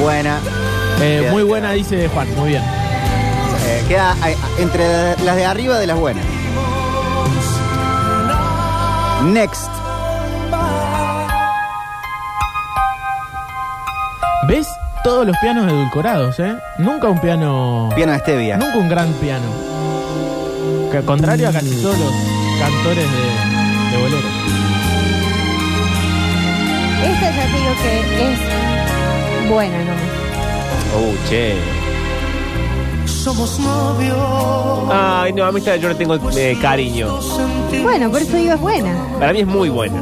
Speaker 4: Buena.
Speaker 6: Eh,
Speaker 4: Bien.
Speaker 6: muy buena, dice Juan, muy bien.
Speaker 4: Eh, queda eh, entre las de arriba de las buenas. Next.
Speaker 6: ¿Ves? Todos los pianos edulcorados, ¿eh? Nunca un piano...
Speaker 4: Piano de Stevia.
Speaker 6: Nunca un gran piano. Que contrario a
Speaker 7: Mm.
Speaker 6: casi todos los cantores de, de bolero.
Speaker 5: Esta ya te digo que es buena nomás.
Speaker 7: Oh, che.
Speaker 3: Somos novios.
Speaker 7: Ay, no, a mí esta yo le tengo eh, cariño.
Speaker 5: Bueno, por eso digo es buena.
Speaker 7: Para mí es muy buena.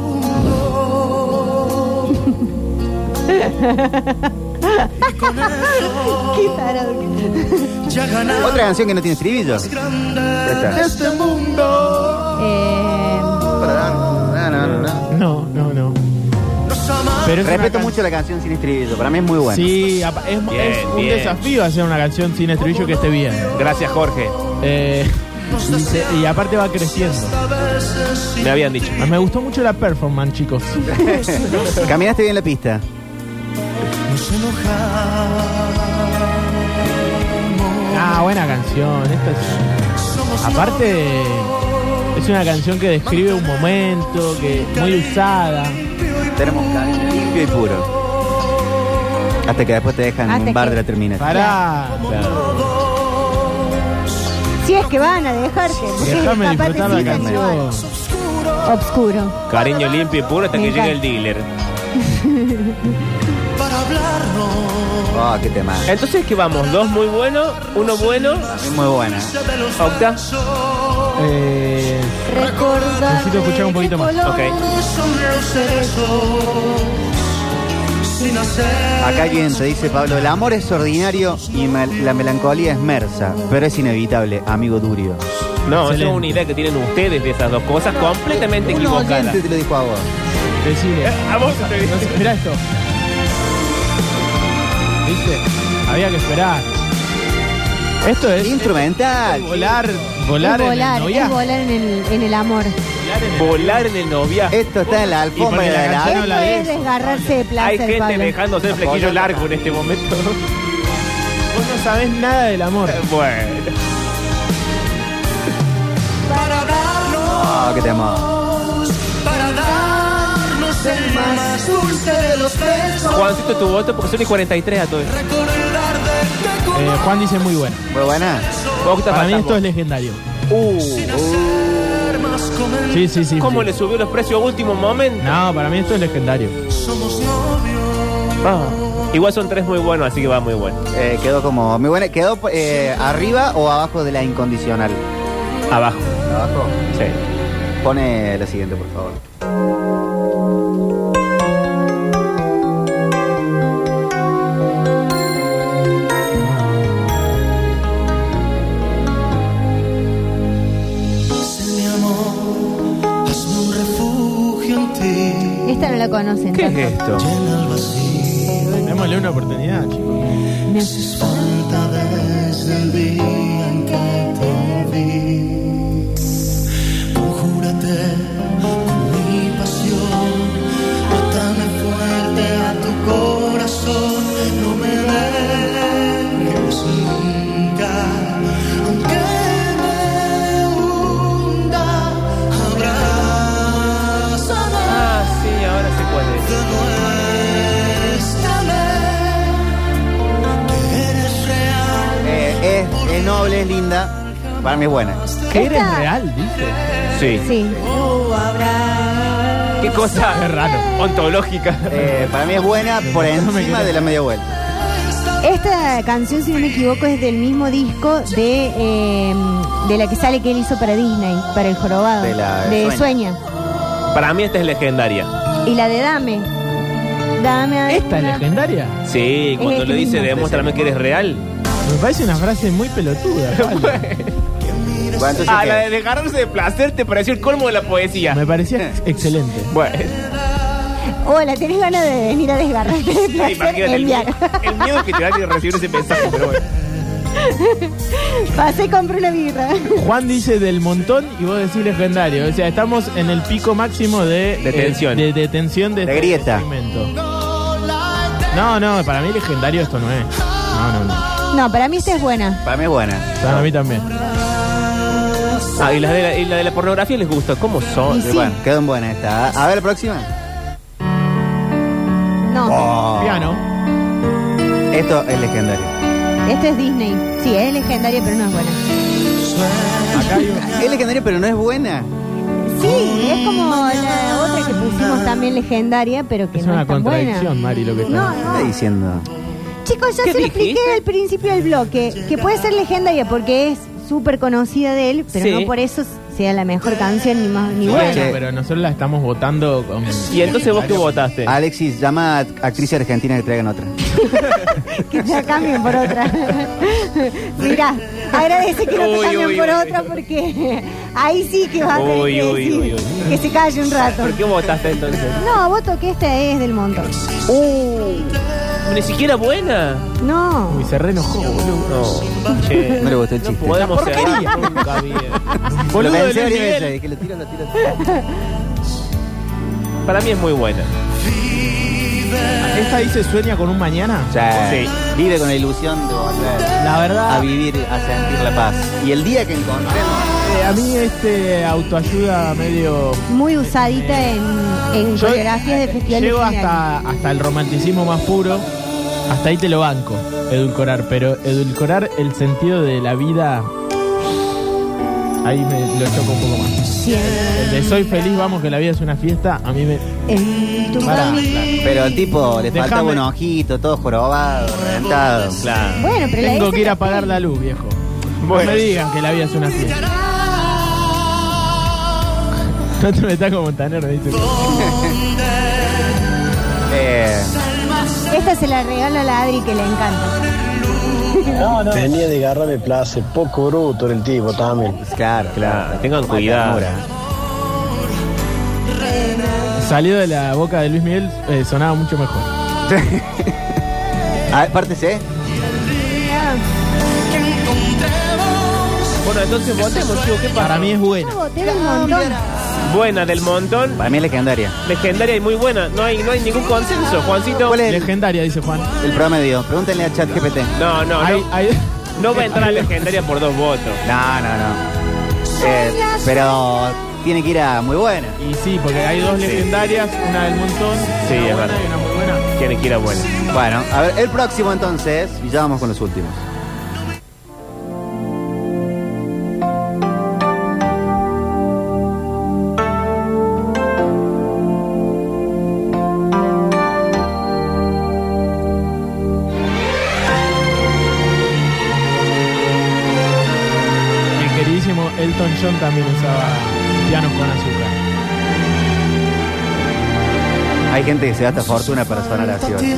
Speaker 5: Qué tarado que sos.
Speaker 3: Ya ganamos
Speaker 4: Otra canción que no tiene estribillo.
Speaker 3: grande este mundo.
Speaker 5: Eh,
Speaker 4: No, no, no, no.
Speaker 6: No, no, no.
Speaker 3: Nos amamos.
Speaker 6: Pero es una
Speaker 4: Respeto
Speaker 6: can-
Speaker 4: mucho la canción sin estribillo. Para mí es muy buena.
Speaker 6: Sí, apa- es,
Speaker 7: Bien,
Speaker 6: es un
Speaker 7: bien.
Speaker 6: desafío hacer una canción sin estribillo que esté bien.
Speaker 7: Gracias, Jorge.
Speaker 6: Eh, y, se- y aparte va creciendo.
Speaker 7: Me habían dicho.
Speaker 6: Me gustó mucho la performance, chicos.
Speaker 4: Caminaste bien la pista.
Speaker 3: Nos enojamos.
Speaker 6: Ah, buena canción. Esta es-
Speaker 3: Somos
Speaker 6: aparte, es una canción que describe un momento, que muy usada.
Speaker 4: Tenemos cariño limpio y puro. Hasta que después te dejan en
Speaker 5: Hasta
Speaker 4: un bar
Speaker 5: que-
Speaker 4: de la terminal.
Speaker 6: Pará.
Speaker 5: si es que van a dejarte. porque
Speaker 6: Déjame
Speaker 5: capaz te
Speaker 6: disfrutar la
Speaker 5: sientan
Speaker 6: canción.
Speaker 5: igual. Obscuro.
Speaker 7: Cariño limpio y puro hasta
Speaker 5: Me
Speaker 7: que llegue el
Speaker 5: encanta.
Speaker 7: dealer.
Speaker 3: para hablarnos.
Speaker 4: Oh, qué tema.
Speaker 7: Entonces, ¿qué vamos? Dos muy buenos, uno bueno.
Speaker 4: Es muy buena.
Speaker 3: De los
Speaker 7: Octa.
Speaker 6: Eh,
Speaker 5: Recordar.
Speaker 6: Necesito escuchar un poquito más.
Speaker 7: Ok.
Speaker 3: besos son los cerezos. Sin hacer.
Speaker 4: Acá quien te dice Pablo, el amor es ordinario y mel- la melancolía es mersa, pero es inevitable, amigo Durio.
Speaker 7: No, esa es
Speaker 6: Excelente.
Speaker 7: una idea que tienen ustedes de esas dos cosas completamente
Speaker 4: Un
Speaker 7: equivocadas.
Speaker 4: oyente te lo dijo a vos.
Speaker 6: decile.
Speaker 7: A vos te digo.
Speaker 6: No sé, mirá esto. ¿Viste? Había que esperar. Esto es
Speaker 4: Instrumental.
Speaker 6: volar, volar, en
Speaker 5: Volar, es
Speaker 6: el
Speaker 5: volar, es
Speaker 6: noviazgo.
Speaker 5: volar en el, en el amor. Esto
Speaker 6: Volar en el-
Speaker 7: Volar en el noviazgo.
Speaker 4: Esto está en la alfombra
Speaker 6: porque
Speaker 4: de
Speaker 6: la
Speaker 4: Ah, la
Speaker 6: canción habla de
Speaker 5: es
Speaker 6: eso.
Speaker 5: desgarrarse de placer,
Speaker 7: Hay gente
Speaker 5: Pablo.
Speaker 7: dejándose el flequillo largo en este momento.
Speaker 6: Vos no sabés nada del amor.
Speaker 7: bueno.
Speaker 3: Para hablarnos.
Speaker 4: Oh, qué tema.
Speaker 3: es el más dulce de los besos.
Speaker 7: Juancito, tu voto porque son y 43 a todos.
Speaker 6: Eh, Juan dice muy buena.
Speaker 4: Muy buena.
Speaker 6: Para mí esto es legendario. Sí, sí, sí.
Speaker 7: Uh, ¿Cómo
Speaker 6: sí.
Speaker 7: le subió los precios a último momento?
Speaker 6: No, para mí esto es legendario.
Speaker 7: Ah. Igual son tres muy buenos, así que va muy bueno.
Speaker 4: Eh, quedó como muy buena. ¿Quedó eh, arriba o abajo de la incondicional?
Speaker 7: Abajo.
Speaker 4: Abajo.
Speaker 7: Sí.
Speaker 4: Pone la siguiente, por favor.
Speaker 3: Mi amor, hazme un refugio en ti.
Speaker 5: Esta no la conocen.
Speaker 6: ¿Qué es
Speaker 5: tanto.
Speaker 6: esto?
Speaker 3: Llena el vacío.
Speaker 6: Démosle una oportunidad, chicos.
Speaker 3: Me haces falta desde el día en que te vi. Conjúrate con mi pasión, atame fuerte a tu corazón. No me dejes nunca, aunque me hunda, abrázame.
Speaker 7: Ah, sí, ahora sé cuál es.
Speaker 3: Demuéstrame que eres real.
Speaker 4: Eh, es, es noble, es linda. Para mí es buena.
Speaker 6: ¿Qué
Speaker 5: Esta-
Speaker 6: eres real, dice?
Speaker 7: Sí.
Speaker 5: Sí.
Speaker 7: Qué cosa
Speaker 6: Es raro.
Speaker 7: ontológica.
Speaker 4: Eh, para mí es buena por encima de la media vuelta.
Speaker 5: Esta canción, si no me equivoco, es del mismo disco de, eh, de la que sale que él hizo para Disney, para El Jorobado.
Speaker 4: De la-
Speaker 5: de
Speaker 4: Sueña.
Speaker 5: Sueña.
Speaker 7: Para mí esta es legendaria.
Speaker 5: Y la de Dame. Dame a
Speaker 6: ¿Esta es legendaria?
Speaker 7: Sí, cuando
Speaker 5: Es
Speaker 7: le dice
Speaker 5: linda.
Speaker 7: demuéstrame que eres real.
Speaker 6: Me parece una frase muy pelotuda. Pablo.
Speaker 4: Bueno, entonces,
Speaker 7: Ah,
Speaker 4: ¿qué?
Speaker 7: la de dejarse de placer te pareció el colmo de la poesía.
Speaker 6: Me parecía ex- excelente.
Speaker 7: Bueno,
Speaker 5: Hola, ¿tenés ganas de venir a desgarrarte de placer?
Speaker 7: imagínate el,
Speaker 5: Enviar.
Speaker 7: mie- el miedo que te da de recibir ese mensaje, pero bueno.
Speaker 5: Pasé y compré una birra.
Speaker 6: Juan dice del montón y vos decís legendario. O sea, estamos en el pico máximo de... eh,
Speaker 7: De tensión.
Speaker 6: de, de tensión de,
Speaker 4: De
Speaker 6: este
Speaker 4: grieta.
Speaker 6: segmento. No, no, para mí legendario esto no es. No, no, no.
Speaker 5: No, para mí esta es buena.
Speaker 4: Para mí es buena.
Speaker 6: Para mí también.
Speaker 7: Ah, y la de la, y la de la pornografía les gusta. ¿Cómo son?
Speaker 5: Y sí.
Speaker 4: Oh, Bueno, quedó en buena esta. A ver, próxima.
Speaker 5: No,
Speaker 4: Oh,
Speaker 6: Piano.
Speaker 4: Esto es legendario.
Speaker 5: esta es Disney. Sí, es legendaria, pero no es buena.
Speaker 6: Acá hay un-
Speaker 4: Es legendaria, pero no es buena.
Speaker 5: Sí,
Speaker 7: Mm,
Speaker 5: es como la otra que pusimos también legendaria, pero que
Speaker 6: Es
Speaker 5: no
Speaker 6: una
Speaker 5: es tan buena.
Speaker 6: contradicción, Mari, lo que está.
Speaker 5: No,
Speaker 4: ¿Qué está
Speaker 5: no.
Speaker 4: diciendo?
Speaker 5: Chicos, ya
Speaker 7: ¿Qué
Speaker 5: se lo expliqué
Speaker 7: dijiste?
Speaker 5: al principio del bloque, que puede ser legendaria porque es súper conocida de él, pero
Speaker 7: Sí.
Speaker 5: no por eso sea la mejor canción ni más ni
Speaker 6: Bueno,
Speaker 5: buena.
Speaker 6: pero nosotros la estamos votando con...
Speaker 7: Y entonces vos qué votaste.
Speaker 4: Alexis, llama a actriz argentina que traigan otra.
Speaker 5: Que ya cambien por otra. Mirá, agradece que no te
Speaker 7: Uy,
Speaker 5: cambien
Speaker 7: uy,
Speaker 5: por
Speaker 7: uy.
Speaker 5: otra porque ahí sí que va a tener
Speaker 7: Uy,
Speaker 5: que
Speaker 7: uy,
Speaker 5: decir
Speaker 7: uy,
Speaker 5: que se calle un rato.
Speaker 7: ¿Por qué votaste entonces?
Speaker 5: No, voto que esta es del montón.
Speaker 7: Ni siquiera buena.
Speaker 5: No.
Speaker 6: Uy, se re enojó, boludo.
Speaker 7: No, che.
Speaker 4: No le gustó el chiste.
Speaker 7: Podemos cerrar nunca bien.
Speaker 4: lo
Speaker 7: Boludo
Speaker 4: pensé
Speaker 7: de Luis
Speaker 4: varias
Speaker 7: Miguel.
Speaker 4: veces, que lo tiro, lo tiro.
Speaker 7: Para mí es muy buena.
Speaker 6: Esta dice sueña con un mañana.
Speaker 4: Sí. Vive con la ilusión de volver
Speaker 6: La verdad,
Speaker 4: a vivir, a sentir la paz. Y el día que encontremos...
Speaker 6: eh, a mí este autoayuda medio...
Speaker 5: Muy usadita en, en
Speaker 6: Yo,
Speaker 5: coreografías de festivales.
Speaker 6: Llego
Speaker 5: generales.
Speaker 6: hasta, hasta el romanticismo más puro. Hasta ahí te lo banco, edulcorar. Pero edulcorar el sentido de la vida. Ahí me lo choco un poco más.
Speaker 5: Siempre.
Speaker 6: El de soy feliz, vamos, que la vida es una fiesta. A mí me.
Speaker 5: En tu
Speaker 4: Pará.
Speaker 5: camino.
Speaker 4: Pero tipo, le faltaba
Speaker 6: Dejame.
Speaker 4: un ojito, todo jorobado, reventado.
Speaker 7: Claro.
Speaker 5: Bueno, pero la
Speaker 6: Tengo
Speaker 5: esa
Speaker 6: que ir a
Speaker 5: capaz-
Speaker 6: apagar la luz, viejo. No me digan que la vida es una fiesta. No te metas como Montaner, dice.
Speaker 4: Eh,
Speaker 5: Esta se la regalo a la Adri que le encanta.
Speaker 13: Tenía de agarrarme place, poco bruto era el tipo también.
Speaker 4: claro, claro.
Speaker 7: tengan
Speaker 4: Una
Speaker 7: cuidado.
Speaker 4: ternura.
Speaker 6: Salido de la boca de Luis Miguel, eh, sonaba mucho mejor.
Speaker 4: A ver, pártese.
Speaker 7: Bueno, entonces votemos, chico. ¿Qué pasa?
Speaker 6: Para mí es buena.
Speaker 5: Yo voté del montón.
Speaker 7: Buena del montón.
Speaker 4: Para mí es legendaria.
Speaker 7: Legendaria y muy buena. No hay, no hay ningún consenso, Juancito.
Speaker 4: ¿Cuál es el,
Speaker 6: Legendaria, dice Juan.
Speaker 4: el promedio? Pregúntenle a ChatGPT.
Speaker 7: No, no,
Speaker 6: Hay-
Speaker 7: no.
Speaker 6: hay-
Speaker 7: No va a entrar a legendaria por dos votos.
Speaker 4: No, no, no. Eh, pero tiene que ir a muy buena.
Speaker 6: Y sí, porque hay dos
Speaker 4: Sí.
Speaker 6: legendarias, una del montón,
Speaker 4: Sí,
Speaker 6: una
Speaker 4: es
Speaker 6: buena
Speaker 4: verdad.
Speaker 6: y una muy buena.
Speaker 7: Tiene que ir a buena.
Speaker 4: Bueno, a ver, el próximo entonces, y ya vamos con los últimos.
Speaker 6: El queridísimo Elton John también usaba pianos con azúcar.
Speaker 4: Hay gente que se gasta fortuna para sonar así. hoy.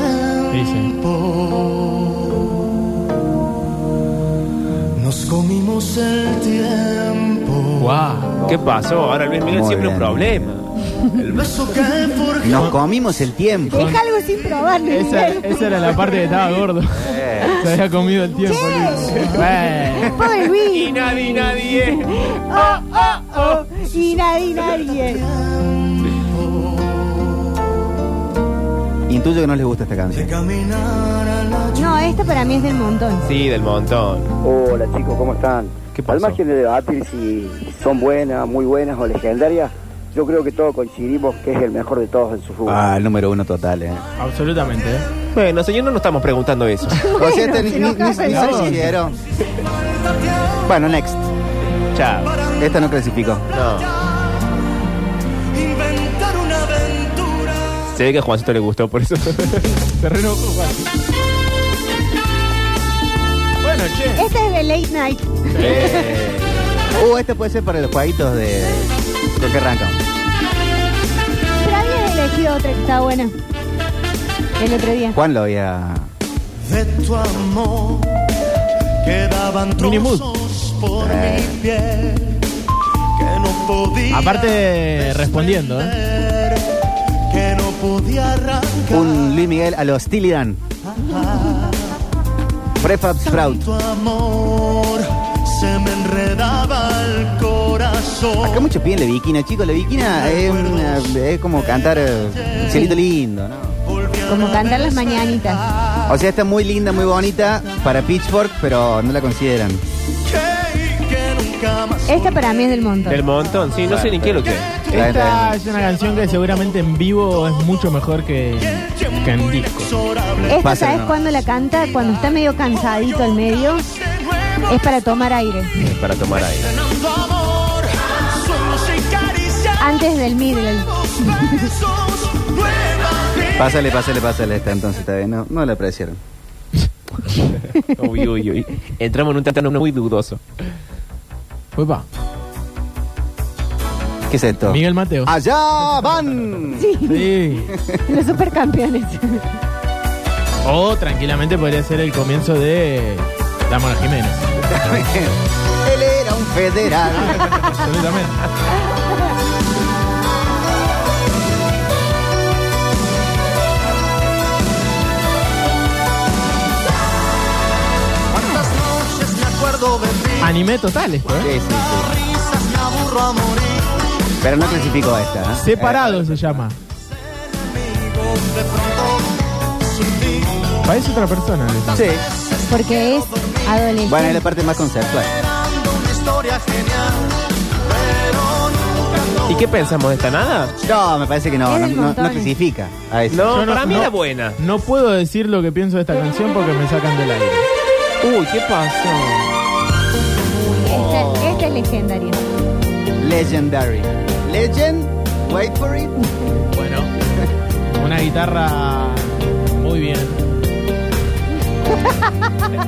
Speaker 3: Nos comimos el tiempo.
Speaker 7: Wow. ¿Qué pasó? Ahora Luis Miguel
Speaker 4: Muy
Speaker 7: siempre
Speaker 4: bien.
Speaker 7: un problema.
Speaker 3: El beso que forjé.
Speaker 4: Nos comimos el tiempo.
Speaker 5: Deja algo sin probar, Luis
Speaker 6: Esa,
Speaker 5: Miguel.
Speaker 6: esa era la parte que estaba gordo. Se había comido el tiempo. Luis. Bueno.
Speaker 5: Pobre Luis.
Speaker 7: Y nadie, y nadie.
Speaker 5: Oh, oh, oh. Y nadie, nadie.
Speaker 4: Intuyo que no les gusta esta canción.
Speaker 5: No, esta para mí es del montón.
Speaker 7: Sí, del montón.
Speaker 14: Hola chicos, ¿cómo están? Al margen de debatir si son buenas, muy buenas o legendarias, yo creo que todos coincidimos que es el mejor de todos en su fútbol.
Speaker 4: Ah, el número uno total, eh.
Speaker 6: Absolutamente. ¿eh?
Speaker 7: Bueno, señor, no nos estamos preguntando eso.
Speaker 4: O sea, este ni-
Speaker 5: se
Speaker 4: ni- ni-
Speaker 5: enoja,
Speaker 4: ni
Speaker 5: señor.
Speaker 4: se hicieron. Bueno, next.
Speaker 7: Chao.
Speaker 4: Esta no clasificó.
Speaker 7: No.
Speaker 3: Inventar una aventura.
Speaker 7: Se ve que a Juancito le gustó por eso.
Speaker 6: Terreno Juan. Bueno, che.
Speaker 5: Esta es de Late Night.
Speaker 4: Uh, esta puede ser para los jueguitos de. ¿Con qué arranca?
Speaker 5: Pero habías elegido otra que estaba buena. El otro día.
Speaker 4: Juan lo había.
Speaker 3: de tu amor quedaban
Speaker 6: Minimus.
Speaker 3: trozos por
Speaker 4: Eh.
Speaker 3: mi piel que no podía
Speaker 6: Aparte, respondiendo, ¿eh?
Speaker 3: que no podía arrancar
Speaker 4: Un Luis Miguel a los Tillidan. Prefab Sprout.
Speaker 3: tu amor se me enredaba el corazón
Speaker 4: Acá mucho piden la viquina, chicos. La viquina es, una- es como cantar eh, cielito lindo, ¿no?
Speaker 5: Como cantar las mañanitas.
Speaker 4: O sea, está muy linda, muy bonita para Pitchfork, pero no la consideran.
Speaker 5: Esta para mí es del montón.
Speaker 7: Del montón, sí, no sé ni qué lo que es.
Speaker 6: Esta es una canción que seguramente en vivo es mucho mejor que, que en disco.
Speaker 5: Esta,
Speaker 6: Pasa,
Speaker 5: ¿sabes
Speaker 6: no.
Speaker 5: cuándo la canta? Cuando está medio cansadito al medio. Es para tomar aire.
Speaker 7: Es para tomar aire.
Speaker 3: tu amor somos
Speaker 5: Antes del middle.
Speaker 4: Pásale, pásale, pásale esta entonces, está bien. No, no la apreciaron.
Speaker 7: Uy, uy, uy. Entramos en un terreno muy dudoso.
Speaker 6: Uepa,
Speaker 4: ¿Qué es esto?
Speaker 6: Miguel Mateo.
Speaker 4: Ah. ¡Allá van!
Speaker 6: Sí.
Speaker 5: Los supercampeones.
Speaker 6: O tranquilamente podría ser el comienzo de Dámonos Jiménez.
Speaker 4: Él era un federal.
Speaker 6: Absolutamente.
Speaker 3: cuántas noches me acuerdo de ti
Speaker 6: Anime total esto, ¿eh?
Speaker 4: Sí, sí, sí.
Speaker 3: risas me aburro a morir
Speaker 4: Pero no clasificó esta. ¿eh?
Speaker 6: Separado se llama.
Speaker 3: de pronto sin ti
Speaker 6: Parece otra persona. ¿no?
Speaker 4: Sí.
Speaker 5: Porque es adolescente.
Speaker 4: Eh, Bueno, es la parte más conceptual.
Speaker 3: Esperando una historia genial pero nunca
Speaker 7: ¿Y qué pensamos de esta nada?
Speaker 4: No, me parece que no,
Speaker 5: Es
Speaker 4: no,
Speaker 5: del
Speaker 4: no- no
Speaker 5: montón.
Speaker 4: clasifica. A eso.
Speaker 7: No,
Speaker 6: Yo no-
Speaker 7: para mí
Speaker 6: no.
Speaker 7: era buena.
Speaker 6: No puedo decir lo que pienso de esta canción porque me sacan del aire.
Speaker 7: Uy, ¿qué pasó?
Speaker 5: Esta, esta es legendaria.
Speaker 4: Legendary. Legend, wait for it.
Speaker 6: Bueno, una guitarra muy bien.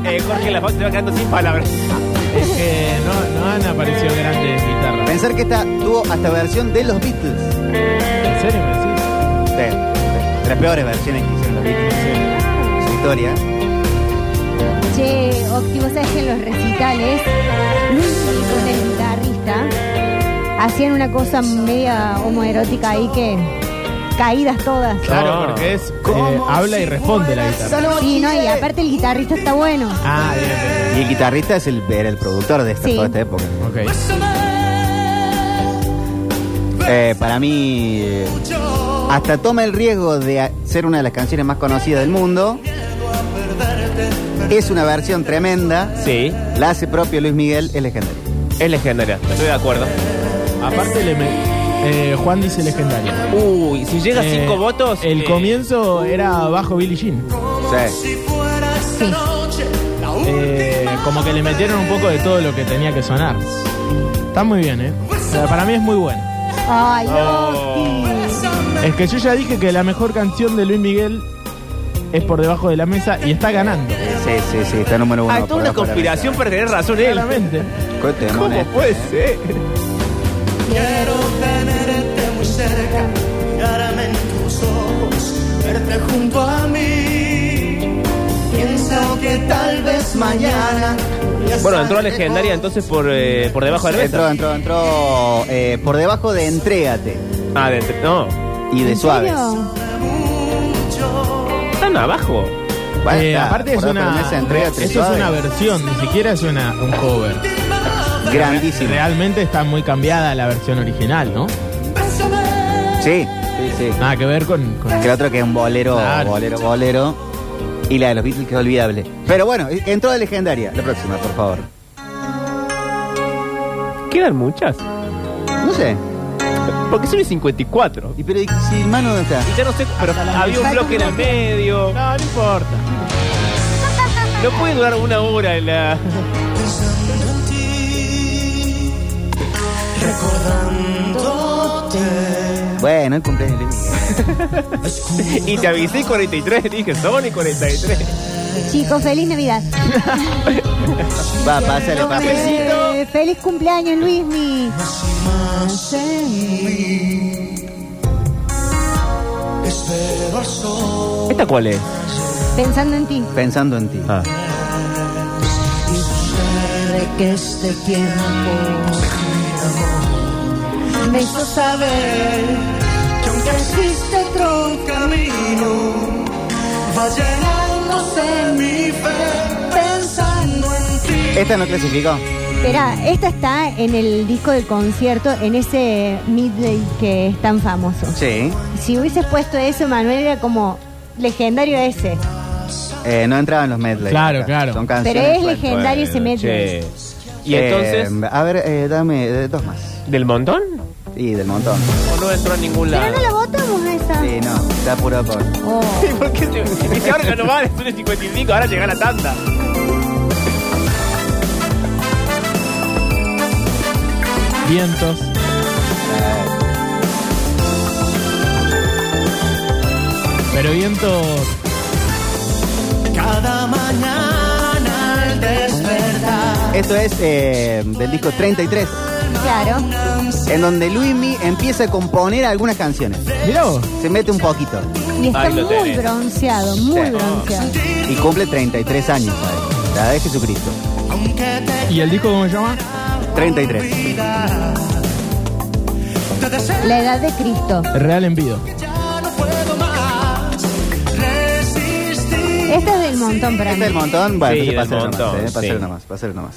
Speaker 7: Eh, Jorge la se va quedando sin palabras.
Speaker 6: Es que no, no han aparecido grandes guitarras.
Speaker 4: Pensar que esta tuvo hasta versión de los Beatles.
Speaker 6: ¿En serio me decís?
Speaker 4: Sí, sí. De las peores versiones que hicieron los Beatles en su historia.
Speaker 5: Che, Octi, vos sabés que en los recitales, Luis, con el guitarrista, hacían una cosa media homoerótica ahí que caídas todas.
Speaker 6: Claro,
Speaker 7: No.
Speaker 6: porque es eh, habla y responde la guitarra.
Speaker 5: Sí, no, y aparte el guitarrista está bueno.
Speaker 6: Ah, bien,
Speaker 4: Y el guitarrista es el, era el productor de esta,
Speaker 5: Sí.
Speaker 4: toda esta época.
Speaker 6: bien. Ok.
Speaker 4: Eh, para mí, eh, hasta toma el riesgo de a- ser una de las canciones más conocidas del mundo. Es una versión tremenda.
Speaker 7: Sí,
Speaker 4: La hace propio Luis Miguel, es legendario.
Speaker 7: es legendaria, estoy de acuerdo.
Speaker 6: Aparte, le me- eh, Juan dice legendario.
Speaker 7: Uy, si llega a cinco votos,
Speaker 6: El
Speaker 7: eh,
Speaker 6: comienzo era bajo Billie Jean.
Speaker 4: Sí.
Speaker 6: Eh, como que le metieron un poco de todo lo que tenía que sonar. Está muy bien, ¿eh? O sea, para mí es muy bueno.
Speaker 5: Ay,
Speaker 4: Oh.
Speaker 6: Es que yo ya dije que la mejor canción de Luis Miguel es por debajo de la mesa y está ganando.
Speaker 4: Sí, sí, sí, está número uno.
Speaker 7: Ah, toda una conspiración para tener razón él.
Speaker 6: Claramente.
Speaker 4: Qué temón,
Speaker 7: ¿Cómo
Speaker 4: eh.
Speaker 7: puede ser?
Speaker 3: Quiero tenerte muy cerca, mirarme en tus ojos, verte junto a mí. Pienso que tal vez mañana.
Speaker 7: Bueno, entró legendaria entonces por, eh, por debajo de la
Speaker 4: Entró,
Speaker 7: mesa.
Speaker 4: entró, entró eh, por debajo de Entrégate
Speaker 7: Ah, de entre- no.
Speaker 4: y de Suaves.
Speaker 7: Están abajo.
Speaker 4: Bueno,
Speaker 6: Eh,
Speaker 4: está,
Speaker 6: aparte es
Speaker 4: por debajo de la
Speaker 6: una,
Speaker 4: mesa, Entrégate,
Speaker 6: eso es
Speaker 4: Suaves.
Speaker 6: una versión, ni siquiera es una, un cover.
Speaker 4: Grandísima.
Speaker 6: Realmente está muy cambiada la versión original, ¿no?
Speaker 4: Sí, sí, sí.
Speaker 6: Nada que ver con... con-
Speaker 4: Que el otro que es un bolero,
Speaker 6: Claro.
Speaker 4: bolero, bolero. Y la de los Beatles que es olvidable. Pero bueno, entró de legendaria. La próxima, por favor.
Speaker 7: Quedan muchas.
Speaker 4: No sé.
Speaker 7: Porque son el 54.
Speaker 4: Y pero y si el mano dónde está?
Speaker 7: Y ya no sé, pero
Speaker 6: la
Speaker 7: había un
Speaker 6: mitad
Speaker 7: bloque en el medio.
Speaker 6: No, no importa.
Speaker 7: No puede durar una hora en la.
Speaker 4: Bueno, el cumpleaños de Luis Miguel.
Speaker 7: Y te avisé 43, dije Sony 43.
Speaker 5: Chicos, feliz Navidad.
Speaker 4: Va, pásale, pásale.
Speaker 5: Eh, feliz cumpleaños, Luismi.
Speaker 7: ¿Esta cuál es?
Speaker 5: Pensando en ti.
Speaker 4: Pensando en ti.
Speaker 7: Ah.
Speaker 3: que este tiempo me hizo saber que aunque existe otro camino, va llenándose mi fe pensando en ti.
Speaker 4: Esta no clasificó.
Speaker 5: Espera, esta está en el disco del concierto, en ese midday que es tan famoso.
Speaker 4: Sí.
Speaker 5: Si hubieses puesto eso, Manuel, era como legendario ese.
Speaker 4: Eh, no entraba en los medley.
Speaker 6: Claro,
Speaker 4: Acá.
Speaker 6: claro.
Speaker 4: Son
Speaker 5: Pero
Speaker 4: canciones.
Speaker 5: es
Speaker 4: Ah, bueno.
Speaker 5: legendario ese medley.
Speaker 7: Che. Y
Speaker 4: Eh,
Speaker 7: entonces,
Speaker 4: a ver, eh, dame eh, dos más.
Speaker 7: ¿del montón?
Speaker 4: Y del montón.
Speaker 7: ¿O no entró a ningún
Speaker 5: Pero no
Speaker 7: lado?
Speaker 5: la votamos a esa.
Speaker 4: Sí, no, está puro por.
Speaker 5: Oh.
Speaker 7: ¿Y por qué se.? Dice ahora ya no vale, son el 55, ahora llega la tanda.
Speaker 6: Vientos. Pero vientos...
Speaker 3: Cada mañana al despertar,
Speaker 4: Esto es eh, del disco 33,
Speaker 5: Claro.
Speaker 4: en donde Luismi empieza a componer algunas canciones.
Speaker 6: Mirá vos.
Speaker 4: Se mete un poquito
Speaker 5: Y está
Speaker 7: Ahí lo
Speaker 5: muy
Speaker 7: tenés.
Speaker 5: bronceado, muy
Speaker 4: Sí.
Speaker 5: bronceado.
Speaker 4: y cumple 33 años, ¿sabes? La de Jesucristo.
Speaker 3: aunque te
Speaker 6: ¿Y el disco cómo se llama?
Speaker 4: 33.
Speaker 3: pida, te deseo
Speaker 5: La edad de Cristo.
Speaker 6: Real Envido.
Speaker 3: ya no puedo más resistir.
Speaker 5: Esta es del montón para
Speaker 4: ¿Este
Speaker 5: mí.
Speaker 4: del montón? Bueno,
Speaker 7: Sí,
Speaker 4: entonces
Speaker 7: del
Speaker 4: pásale
Speaker 7: montón,
Speaker 4: nomás, eh, pásale
Speaker 7: sí.
Speaker 4: nomás, pásale nomás.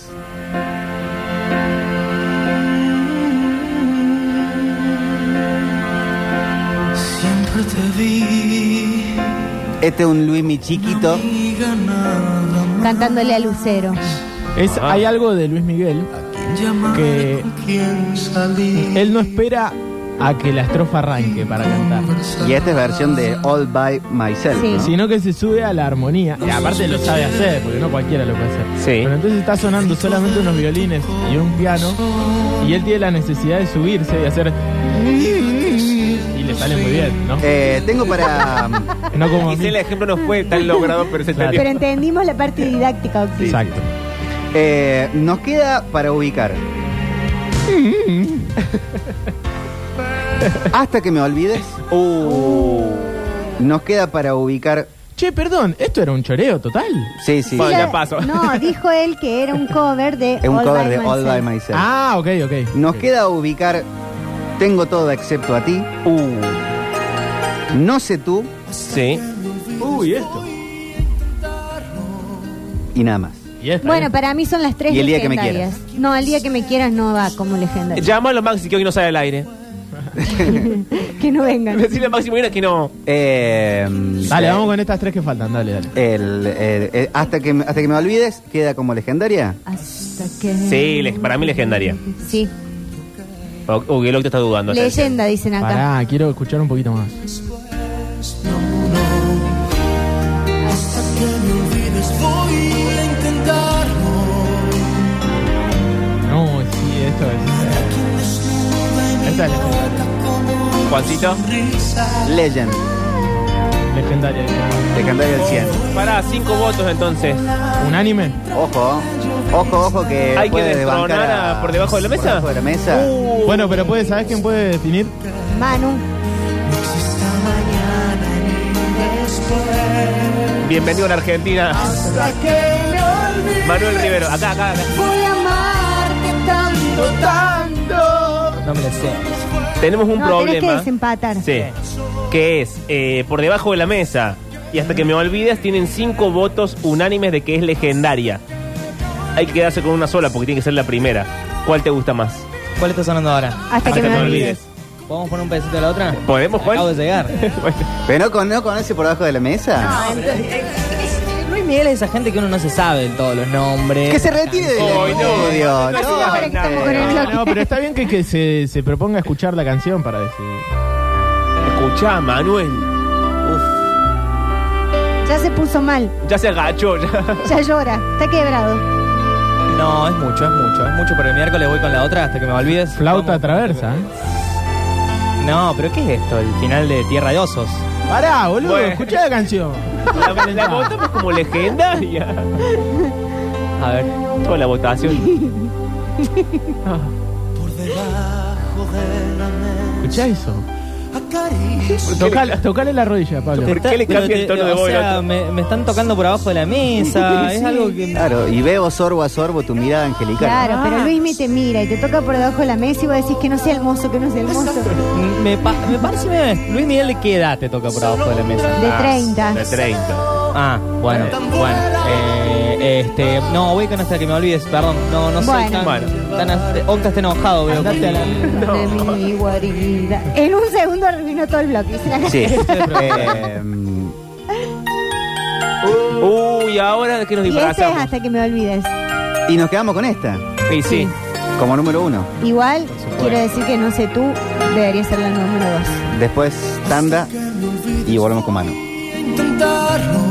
Speaker 3: Siempre te vi,
Speaker 4: Este es un Luismi chiquito.
Speaker 3: amiga, nada más.
Speaker 5: Cantándole a Lucero.
Speaker 6: Es,
Speaker 7: Ah.
Speaker 6: Hay algo de Luis Miguel.
Speaker 3: ¿Quién llamar?
Speaker 6: Que-
Speaker 3: ¿Con quién salir?
Speaker 6: Él no espera a que la estrofa arranque para cantar.
Speaker 4: Y esta es versión de All By Myself,
Speaker 5: Sí.
Speaker 4: ¿no?
Speaker 6: Sino que se sube a la armonía. Y aparte lo sabe hacer, porque no cualquiera lo puede hacer.
Speaker 7: Sí.
Speaker 6: Pero entonces está sonando solamente unos violines y un piano. Y él tiene la necesidad de subirse y hacer. Y le sale muy bien, ¿no?
Speaker 4: Eh, tengo para...
Speaker 6: No como. a mí.
Speaker 7: Quizá el ejemplo no fue tan logrado, pero se
Speaker 6: Claro.
Speaker 7: entendió.
Speaker 5: Pero entendimos la parte didáctica, Octi.
Speaker 6: Exacto.
Speaker 4: eh, nos queda para ubicar. Hasta que me olvides. Nos queda para ubicar...
Speaker 6: Che, perdón, esto era un choreo total.
Speaker 4: Sí, sí.
Speaker 7: Bueno,
Speaker 5: Claro,
Speaker 7: ya paso.
Speaker 5: No, dijo él que era un cover de
Speaker 4: Es un
Speaker 5: All
Speaker 4: cover
Speaker 5: By
Speaker 4: de All By
Speaker 5: Myself.
Speaker 4: Myself.
Speaker 6: Ah, ok, ok.
Speaker 4: Nos
Speaker 6: Ok.
Speaker 4: queda ubicar Tengo todo excepto a ti. No sé tú
Speaker 7: Sí.
Speaker 6: Uy, esto.
Speaker 4: y nada más.
Speaker 6: Y esto,
Speaker 5: Bueno,
Speaker 6: eh.
Speaker 5: para mí son las tres
Speaker 4: Y el día que me
Speaker 5: legendarias. No, el día que me quieras no va como legendario.
Speaker 7: Llámalo a Maxi que hoy no sale al aire.
Speaker 5: Que no vengan.
Speaker 7: Decirle a Maxi Molina que no.
Speaker 4: Eh,
Speaker 6: Dale,
Speaker 4: eh,
Speaker 6: vamos con estas tres que faltan, dale, dale.
Speaker 4: el- el- el- hasta, que, me- hasta que me olvides queda como legendaria.
Speaker 5: Hasta que...
Speaker 7: Sí, le- para mí legendaria.
Speaker 5: Sí.
Speaker 7: O- o Guillermo te está dudando. atención.
Speaker 5: Leyenda, dicen acá.
Speaker 6: Pará, quiero escuchar un poquito más.
Speaker 3: Hasta que me olvides voy a intentarlo.
Speaker 6: No, sí, esto es. Esta es
Speaker 7: Juancito.
Speaker 4: Legend,
Speaker 6: legendaria.
Speaker 4: legendario del 100.
Speaker 7: Pará, cinco votos entonces.
Speaker 6: ¿Unánime?
Speaker 4: Ojo, ojo, ojo que
Speaker 7: Hay que
Speaker 4: puede
Speaker 7: destronar
Speaker 4: bancar
Speaker 7: a- por debajo de la mesa.
Speaker 4: Por debajo de la mesa.
Speaker 15: Uh.
Speaker 6: Bueno, pero puede, ¿sabes quién puede definir?
Speaker 5: Manu.
Speaker 7: Bienvenido a la Argentina. Manuel Rivero, acá, acá, acá.
Speaker 5: Voy a amarte tanto, tanto.
Speaker 7: No me lo sé. Tenemos un
Speaker 5: no, tenés que
Speaker 7: problema.
Speaker 5: desempatar.
Speaker 7: Sí. Que es eh, por debajo de la mesa. Y hasta que me olvides, tienen cinco votos unánimes de que es legendaria. Hay que quedarse con una sola porque tiene que ser la primera. ¿Cuál te gusta más?
Speaker 15: ¿Cuál está sonando ahora?
Speaker 5: Hasta que me olvides.
Speaker 15: ¿Podemos poner un pedacito de la otra?
Speaker 7: ¿Podemos, Juan?
Speaker 15: Acabo de llegar.
Speaker 4: ¿Pero no, con- no conoce por debajo de la mesa?
Speaker 15: No, pero, eh, eh, Luis Miguel es esa gente que uno no se sabe del todo los nombres.
Speaker 4: Que se retire del
Speaker 15: Oh,
Speaker 4: estudio.
Speaker 15: no,
Speaker 4: no.
Speaker 6: No, no, pero está bien que, que se, se proponga escuchar la canción para decidir.
Speaker 7: Escuchá, Manuel.
Speaker 5: Ya se puso mal.
Speaker 7: Ya se agachó, ya.
Speaker 5: Ya llora. Está quebrado.
Speaker 15: No, es mucho, es mucho. Es mucho, pero el miércoles voy con la otra hasta que me olvides.
Speaker 6: Flauta traversa, ¿eh?
Speaker 15: No, pero ¿qué es esto? El final de Tierra de Osos.
Speaker 6: Pará, boludo,
Speaker 15: Bueno.
Speaker 6: escuchá la canción.
Speaker 7: La, la votamos como legendaria.
Speaker 15: A ver,
Speaker 7: toda la votación.
Speaker 6: Escuchá eso.
Speaker 3: Acaricia.
Speaker 6: Tocale, tocale la rodilla, Pablo.
Speaker 15: Te está- pero te-
Speaker 7: de
Speaker 15: O
Speaker 7: voz al
Speaker 15: sea,
Speaker 7: otro?
Speaker 15: me, me están tocando por abajo de la mesa. Es algo que.
Speaker 4: Claro, y veo sorbo a sorbo tu mirada angelical.
Speaker 5: Claro, pero Luismi te mira y te toca por debajo de la mesa y vos decís que no sea el mozo, que no sea el mozo. De
Speaker 15: Me, pa- me parece. medio- Luis Miguel, ¿de qué edad te toca por abajo de la mesa?
Speaker 5: 30.
Speaker 7: De 30.
Speaker 15: Ah, bueno, bueno. Eh, este, no, voy con hasta que me olvides, perdón. No, no soy
Speaker 5: Bueno.
Speaker 15: tan. tan as- Octa está enojado, veo. que-
Speaker 5: De mi guarida. En un segundo arruinó todo el bloque. dice la este
Speaker 4: Sí.
Speaker 5: canción.
Speaker 4: Eh,
Speaker 7: Uy, ahora que nos
Speaker 5: Y este es
Speaker 7: disfrazamos.
Speaker 5: hasta que me olvides.
Speaker 4: y nos quedamos con esta,
Speaker 7: Sí, sí.
Speaker 4: como número uno.
Speaker 5: Igual, quiero decir que no sé tú, debería ser la número dos.
Speaker 4: Después tanda y volvemos con mano.
Speaker 3: Intentarlo.